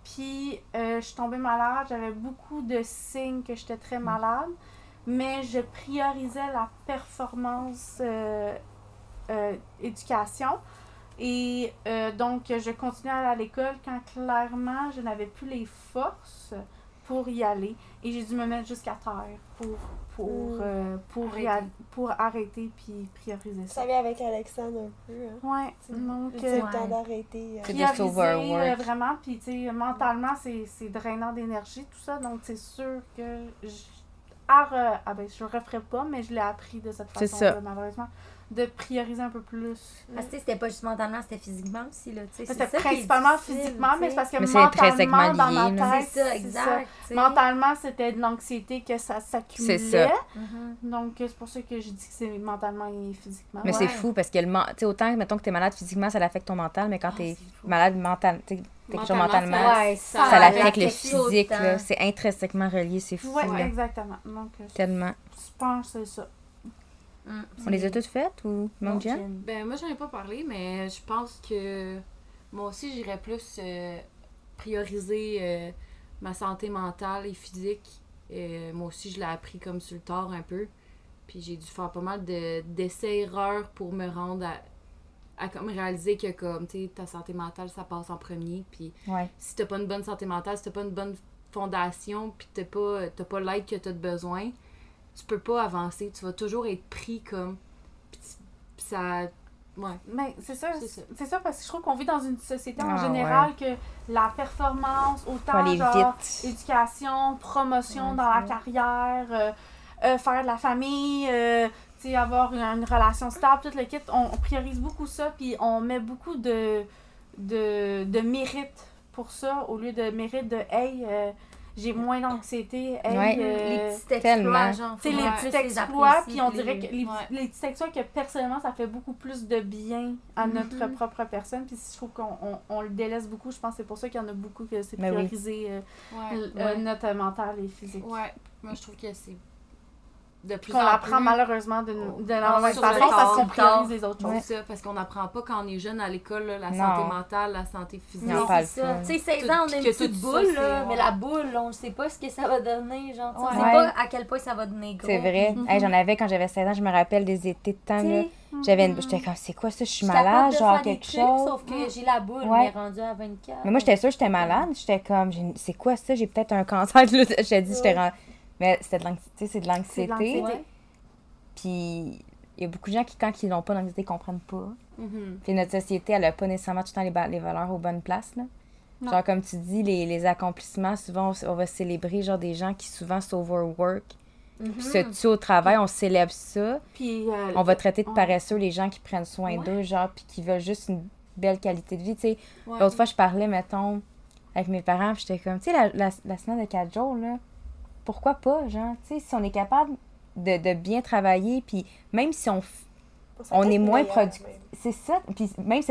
[SPEAKER 1] Puis, euh, je suis tombée malade, j'avais beaucoup de signes que j'étais très malade, mais je priorisais la performance euh, euh, éducation. Et euh, donc, je continuais à aller à l'école quand clairement, je n'avais plus les forces pour y aller. Et j'ai dû me mettre jusqu'à terre pour, pour,
[SPEAKER 4] Mm.
[SPEAKER 1] euh, pour, y
[SPEAKER 2] Arrêter.
[SPEAKER 1] aller- pour arrêter puis prioriser
[SPEAKER 4] Je
[SPEAKER 1] ça.
[SPEAKER 4] savais avec Alexandre un peu. Hein.
[SPEAKER 1] Ouais, donc
[SPEAKER 4] C'est
[SPEAKER 1] euh,
[SPEAKER 4] le temps d'arrêter. euh,
[SPEAKER 5] C'est
[SPEAKER 1] prioriser
[SPEAKER 5] just overwork.
[SPEAKER 1] euh, vraiment, puis tu sais, mentalement, c'est c'est drainant d'énergie, tout ça, donc c'est sûr que je, à re- ah ben, je le referais pas, mais je l'ai appris de cette
[SPEAKER 5] C'est
[SPEAKER 1] façon,
[SPEAKER 5] ça.
[SPEAKER 1] malheureusement, de prioriser un peu plus.
[SPEAKER 3] Parce que tu sais, c'était pas juste mentalement, c'était physiquement aussi, là. tu sais, c'est
[SPEAKER 1] C'était
[SPEAKER 3] ça qui est
[SPEAKER 1] principalement
[SPEAKER 3] difficile,
[SPEAKER 1] physiquement,
[SPEAKER 3] tu
[SPEAKER 1] mais
[SPEAKER 3] sais.
[SPEAKER 1] c'est parce que
[SPEAKER 5] Mais c'est très
[SPEAKER 1] mentalement, dans ma
[SPEAKER 5] segment lié, là.
[SPEAKER 1] tête,
[SPEAKER 3] C'est ça, exact. tu sais.
[SPEAKER 1] Mentalement, c'était de l'anxiété que ça s'accumulait.
[SPEAKER 5] C'est ça.
[SPEAKER 3] Mhm.
[SPEAKER 1] Donc, c'est pour ça que je dis que c'est mentalement et physiquement.
[SPEAKER 5] Mais
[SPEAKER 3] Ouais.
[SPEAKER 5] c'est fou parce que le men- tu sais, autant que mettons que t'es malade physiquement, ça l'affecte ton mental, mais quand
[SPEAKER 3] Ah,
[SPEAKER 5] t'es malade mental, t'es quelque chose mentalement,
[SPEAKER 3] malade,
[SPEAKER 5] ça,
[SPEAKER 3] ça
[SPEAKER 5] l'affecte
[SPEAKER 3] l'affecte
[SPEAKER 5] le
[SPEAKER 3] tout le
[SPEAKER 5] physique,
[SPEAKER 3] temps.
[SPEAKER 5] là. C'est intrinsèquement relié, c'est fou. hein.
[SPEAKER 1] Ouais,
[SPEAKER 5] là.
[SPEAKER 1] exactement. Donc, euh,
[SPEAKER 5] Tellement.
[SPEAKER 1] je pense que c'est ça.
[SPEAKER 3] Mm.
[SPEAKER 5] On les a toutes faites ou mon Jen?
[SPEAKER 1] euh,
[SPEAKER 2] Ben, moi, j'en ai pas parlé, mais je pense que moi aussi, j'irais plus euh, prioriser euh, ma santé mentale et physique. Euh, moi aussi, je l'ai appris comme sur le tard un peu. Puis j'ai dû faire pas mal de- d'essais-erreurs pour me rendre à, à comme réaliser que comme, tu sais, ta santé mentale, ça passe en premier. Puis
[SPEAKER 5] Ouais.
[SPEAKER 2] si t'as pas une bonne santé mentale, si t'as pas une bonne fondation, puis t'as pas, t'as pas l'aide que t'as de besoin, tu peux pas avancer. Tu vas toujours être pris comme. Puis tu- puis ça. Ouais.
[SPEAKER 1] Mais c'est ça,
[SPEAKER 2] C'est ça.
[SPEAKER 1] c'est ça parce que je trouve qu'on vit dans une société en
[SPEAKER 5] Ah,
[SPEAKER 1] général que la performance,
[SPEAKER 5] Faut
[SPEAKER 1] autant
[SPEAKER 5] aller
[SPEAKER 1] genre
[SPEAKER 5] vite.
[SPEAKER 1] éducation, promotion
[SPEAKER 5] Ouais,
[SPEAKER 1] dans la
[SPEAKER 5] c'est
[SPEAKER 1] carrière, euh, euh, faire de la famille, euh, tu sais, avoir une, une relation stable, tout le kit, on, on priorise beaucoup ça puis on met beaucoup de, de, de mérite pour ça au lieu de mérite de hey, euh, j'ai moins d'anxiété, hey,
[SPEAKER 5] Ouais.
[SPEAKER 1] euh,
[SPEAKER 3] Les petits exploits,
[SPEAKER 5] tellement.
[SPEAKER 3] genre.
[SPEAKER 1] c'est
[SPEAKER 3] faut
[SPEAKER 1] les
[SPEAKER 3] plus
[SPEAKER 1] petits
[SPEAKER 3] les
[SPEAKER 1] exploits,
[SPEAKER 3] apprécier,
[SPEAKER 1] puis on dirait que les,
[SPEAKER 2] Ouais.
[SPEAKER 1] les petits exploits que personnellement, ça fait beaucoup plus de bien à
[SPEAKER 3] Mhm.
[SPEAKER 1] notre propre personne. Puis je trouve qu'on on, on le délaisse beaucoup. Je pense que c'est pour ça qu'il y en a beaucoup que c'est
[SPEAKER 5] Ben oui.
[SPEAKER 1] priorisé euh,
[SPEAKER 2] Ouais.
[SPEAKER 1] l- euh, notre mental et physique.
[SPEAKER 2] Ouais. Moi, je trouve que c'est. De plus
[SPEAKER 1] Qu'on
[SPEAKER 2] en
[SPEAKER 1] l'apprend
[SPEAKER 2] plus.
[SPEAKER 1] malheureusement de, de la
[SPEAKER 2] Ah,
[SPEAKER 1] mauvaise
[SPEAKER 2] sur le
[SPEAKER 1] façon parce
[SPEAKER 2] tard,
[SPEAKER 1] qu'on
[SPEAKER 3] plus tard.
[SPEAKER 1] priorise les autres
[SPEAKER 2] C'est
[SPEAKER 1] choses.
[SPEAKER 2] ça, parce qu'on n'apprend pas quand on est jeune à l'école, là, la
[SPEAKER 5] Non.
[SPEAKER 2] santé mentale, la santé physique.
[SPEAKER 5] Non.
[SPEAKER 3] Non,
[SPEAKER 5] pas
[SPEAKER 3] c'est
[SPEAKER 5] le
[SPEAKER 3] ça.
[SPEAKER 5] fun.
[SPEAKER 3] Tu sais, 16
[SPEAKER 2] Tout-
[SPEAKER 3] ans, on a une
[SPEAKER 2] que tout
[SPEAKER 3] petite
[SPEAKER 2] ça,
[SPEAKER 3] boule, là,
[SPEAKER 2] c'est-
[SPEAKER 3] mais la boule, on ne sait pas ce que ça va donner, genre. tu sais, On ne
[SPEAKER 5] Ouais.
[SPEAKER 3] sait pas à quel point ça va donner gros.
[SPEAKER 5] C'est vrai.
[SPEAKER 3] Mm-hmm.
[SPEAKER 1] Mhm.
[SPEAKER 5] Hey, J'en avais quand j'avais 16 ans, je me rappelle des étés de temps.
[SPEAKER 3] Tu
[SPEAKER 5] là.
[SPEAKER 3] sais,
[SPEAKER 5] J'avais une... J'étais comme, c'est quoi ça? Je suis
[SPEAKER 3] suis mm-hmm. capable
[SPEAKER 5] malade,
[SPEAKER 3] de
[SPEAKER 5] genre
[SPEAKER 3] faire des
[SPEAKER 5] quelque
[SPEAKER 3] trucs,
[SPEAKER 5] chose.
[SPEAKER 3] Sauf que j'ai la boule,
[SPEAKER 5] Ouais.
[SPEAKER 3] mais rendue à 24.
[SPEAKER 5] Mais moi, j'étais sûre que j'étais malade. J'étais comme, j'ai- c'est quoi ça? J'ai peut-être un cancer. Je t'ai dit, j'étais. rend- Mais c'était de l'anxiété. C'est de
[SPEAKER 1] C'est de
[SPEAKER 5] l'anxiété.
[SPEAKER 1] l'anxiété.
[SPEAKER 5] Puis il y a beaucoup de gens qui, quand ils l'ont pas, l'anxiété, comprennent pas.
[SPEAKER 2] Mhm.
[SPEAKER 5] Puis notre société, elle a pas nécessairement tout le temps les, ba- les valeurs aux bonnes places. Là.
[SPEAKER 6] Non.
[SPEAKER 5] Genre, comme tu dis, les, les accomplissements, souvent, on, s- on va célébrer, genre, des gens qui souvent s'overwork, puis se
[SPEAKER 3] Mm-hmm.
[SPEAKER 5] tuent au travail, on célèbre ça.
[SPEAKER 2] Puis, euh,
[SPEAKER 5] On va traiter de
[SPEAKER 3] Ah.
[SPEAKER 2] Ouais.
[SPEAKER 5] paresseux les gens qui prennent soin d'eux, genre, puis qui veulent juste une belle qualité de vie, tu sais.
[SPEAKER 2] ouais.
[SPEAKER 5] L'autre fois, je parlais, mettons, avec mes parents, puis j'étais comme, tu sais, la, la, la semaine de quatre jours, là, pourquoi pas, genre, tu sais, si on est capable de, de bien travailler, puis même si on... f-
[SPEAKER 4] Ça
[SPEAKER 5] On
[SPEAKER 4] peut
[SPEAKER 5] est
[SPEAKER 4] être
[SPEAKER 5] moins
[SPEAKER 4] meilleur,
[SPEAKER 5] productif.
[SPEAKER 4] même.
[SPEAKER 5] C'est ça, puis même si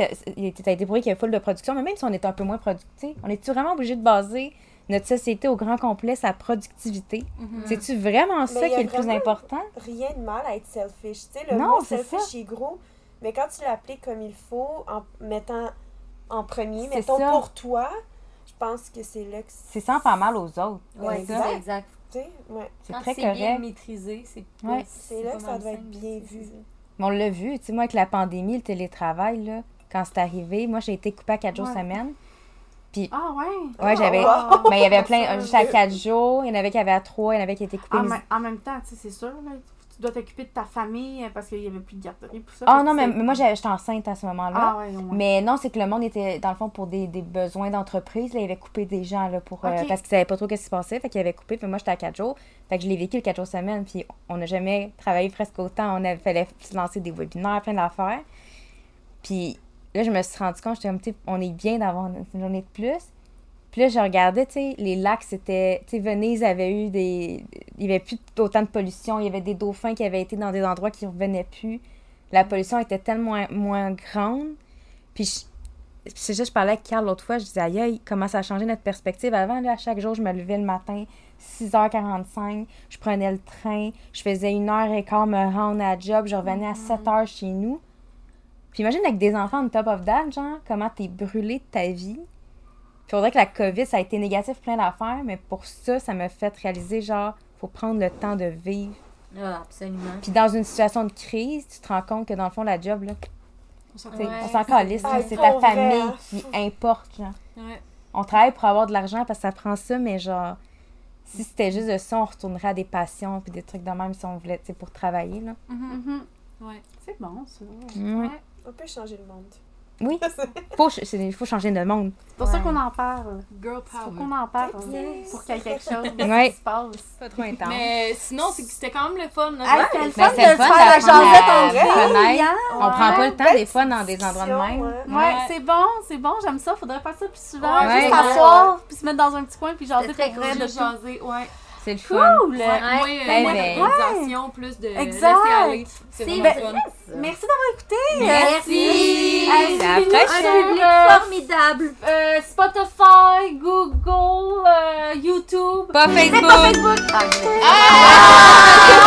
[SPEAKER 5] t'as été prouvé qu'il y a full de production, mais même si on est un peu moins productif, on est-tu vraiment obligé de baser notre société au grand complet, sa productivité?
[SPEAKER 3] Mm.
[SPEAKER 2] Mhm.
[SPEAKER 5] C'est-tu vraiment ça
[SPEAKER 4] Ben, il y
[SPEAKER 5] qui
[SPEAKER 4] a
[SPEAKER 5] est le plus
[SPEAKER 4] vraiment-
[SPEAKER 5] important?
[SPEAKER 4] Rien de mal à être selfish. Tu sais, le
[SPEAKER 5] Non,
[SPEAKER 4] mot
[SPEAKER 5] c'est
[SPEAKER 4] selfish est gros, mais quand tu l'appliques comme il faut, en mettant en premier,
[SPEAKER 5] C'est
[SPEAKER 4] mettons
[SPEAKER 5] ça.
[SPEAKER 4] pour toi, je pense que c'est là que
[SPEAKER 5] C'est sans faire mal aux autres.
[SPEAKER 3] Ouais,
[SPEAKER 4] C'est
[SPEAKER 3] c'est
[SPEAKER 4] ça.
[SPEAKER 3] ça, exact.
[SPEAKER 4] tu sais, ouais.
[SPEAKER 5] C'est
[SPEAKER 3] Quand
[SPEAKER 5] très
[SPEAKER 3] c'est bien
[SPEAKER 5] correct.
[SPEAKER 3] maîtrisé, c'est pas-
[SPEAKER 5] Ouais.
[SPEAKER 4] C'est là
[SPEAKER 3] pas
[SPEAKER 4] que ça
[SPEAKER 3] mal
[SPEAKER 4] doit être
[SPEAKER 3] simple,
[SPEAKER 4] bien
[SPEAKER 3] c'est-
[SPEAKER 4] vu.
[SPEAKER 3] c'est ça.
[SPEAKER 5] Mais on l'a vu, tu sais, moi, avec la pandémie, le télétravail, là, quand c'est arrivé, moi, j'ai été coupée à quatre jours
[SPEAKER 1] Ouais. Oh,
[SPEAKER 5] semaine.
[SPEAKER 1] Ah ouais.
[SPEAKER 5] Ouais, j'avais.
[SPEAKER 4] wow.
[SPEAKER 5] Mais il y avait plein,
[SPEAKER 4] Mon
[SPEAKER 5] juste à
[SPEAKER 4] Dieu.
[SPEAKER 5] quatre jours, il y en avait qui avaient à trois, il y en avait qui étaient coupés.
[SPEAKER 1] En,
[SPEAKER 5] mis-
[SPEAKER 1] même- en même temps, tu sais, c'est sûr, là, tu dois t'occuper de ta famille euh, parce qu'il n'y avait plus de garderie pour ça.
[SPEAKER 5] Ah
[SPEAKER 1] Fait
[SPEAKER 5] non,
[SPEAKER 1] que
[SPEAKER 5] mais,
[SPEAKER 1] c'est-
[SPEAKER 5] mais moi, j'avais- j'étais enceinte à ce moment-là.
[SPEAKER 1] Ah ouais, au moins.
[SPEAKER 5] Mais non, c'est que le monde était, dans le fond, pour des, des besoins d'entreprise. Là, ils avaient coupé des gens là, pour, euh,
[SPEAKER 1] Ok.
[SPEAKER 5] parce qu'ils savaient pas trop ce qui se passait. Fait qu'ils avaient coupé. Puis moi, j'étais à quatre jours. Fait que je l'ai vécu le quatre jours semaine. Puis on n'a jamais travaillé presque autant. On avait, fallait se lancer des webinaires, plein d'affaires. Puis là, je me suis rendu compte, j'étais comme, tu sais, on est bien d'avoir une une journée de plus. Puis là, je regardais, tu sais, les lacs, c'était. Tu sais, Venise avait eu des. Il n'y avait plus autant de pollution. Il y avait des dauphins qui avaient été dans des endroits qui ne revenaient plus. La pollution était tellement moins, moins grande. Puis je- puis c'est ça, je parlais avec Carl l'autre fois. Je disais, aïe, aïe, comment ça a changé notre perspective. Avant, là, à chaque jour, je me levais le matin, 6h45, je prenais le train, je faisais une heure et quart me rendre à la job, je revenais à 7h chez nous. Puis imagine avec des enfants on top of that, genre, comment t'es brûlé de ta vie. Puis on dirait que la COVID, ça a été négatif plein d'affaires, mais pour ça, ça m'a fait réaliser, genre, faut prendre le temps de vivre.
[SPEAKER 3] Ah, absolument.
[SPEAKER 5] Puis dans une situation de crise, tu te rends compte que dans le fond, la job, là,
[SPEAKER 2] On s'en
[SPEAKER 5] tu sais,
[SPEAKER 2] fout.
[SPEAKER 5] on s'en calisse,
[SPEAKER 4] Ah,
[SPEAKER 5] là, c'est
[SPEAKER 4] pour
[SPEAKER 5] ta
[SPEAKER 4] vrai,
[SPEAKER 5] famille
[SPEAKER 4] hein.
[SPEAKER 5] qui importe, genre.
[SPEAKER 2] Ouais.
[SPEAKER 5] On travaille pour avoir de l'argent parce que ça prend ça, mais genre, si c'était juste de ça, on retournerait à des passions puis des trucs de même si on voulait, tu sais, pour travailler, là.
[SPEAKER 2] Mhm.
[SPEAKER 1] Mhm.
[SPEAKER 2] Ouais.
[SPEAKER 1] C'est bon, ça.
[SPEAKER 5] Ouais.
[SPEAKER 4] On peut changer le monde.
[SPEAKER 5] Oui, faut, ch- c'est- faut changer de monde.
[SPEAKER 1] C'est pour ça
[SPEAKER 3] Ouais.
[SPEAKER 1] qu'on en parle.
[SPEAKER 2] Girl
[SPEAKER 1] Il faut
[SPEAKER 2] power.
[SPEAKER 1] qu'on en parle
[SPEAKER 4] Yes.
[SPEAKER 1] pour qu'il y ait quelque chose
[SPEAKER 5] Ouais.
[SPEAKER 1] qui se passe.
[SPEAKER 5] Pas trop intense.
[SPEAKER 2] Mais sinon, c'est que c'était quand même le fun. là.
[SPEAKER 1] Hey, c'était le
[SPEAKER 5] Mais
[SPEAKER 1] fun de
[SPEAKER 5] c'était le
[SPEAKER 1] faire
[SPEAKER 5] fun
[SPEAKER 1] la
[SPEAKER 5] d'apprendre
[SPEAKER 1] jasette
[SPEAKER 5] à
[SPEAKER 1] en vrai.
[SPEAKER 5] connaître.
[SPEAKER 1] hein?
[SPEAKER 5] On prend pas le temps, des fois, dans des endroits de
[SPEAKER 4] Discussion,
[SPEAKER 5] même.
[SPEAKER 1] Ouais,
[SPEAKER 4] ouais.
[SPEAKER 2] Ouais.
[SPEAKER 1] c'est bon, c'est bon, j'aime ça. Faudrait faire ça plus souvent.
[SPEAKER 2] Ouais,
[SPEAKER 1] juste
[SPEAKER 5] ouais.
[SPEAKER 1] s'asseoir, puis se mettre dans un petit coin, puis jaser
[SPEAKER 3] C'est très
[SPEAKER 1] pour vrai
[SPEAKER 2] Juste
[SPEAKER 1] de tout.
[SPEAKER 2] jaser, ouais.
[SPEAKER 5] C'est le fun.
[SPEAKER 1] Cool!
[SPEAKER 3] Ouais.
[SPEAKER 2] Moins, euh,
[SPEAKER 5] Ben,
[SPEAKER 2] moins
[SPEAKER 5] ben.
[SPEAKER 2] d'organisation, plus de
[SPEAKER 1] Exact.
[SPEAKER 2] euh, laisser aller. C'est
[SPEAKER 3] C'est ben,
[SPEAKER 2] vraiment
[SPEAKER 3] vrai.
[SPEAKER 2] le fun.
[SPEAKER 1] Merci d'avoir écouté.
[SPEAKER 3] Merci!
[SPEAKER 1] Allez,
[SPEAKER 5] À la
[SPEAKER 1] suivez-nous sur,
[SPEAKER 5] prochaine.
[SPEAKER 1] euh,
[SPEAKER 3] Formidable!
[SPEAKER 1] euh, Spotify, Google, euh, YouTube.
[SPEAKER 5] Pas Facebook.
[SPEAKER 1] Facebook. Ah, je l'ai.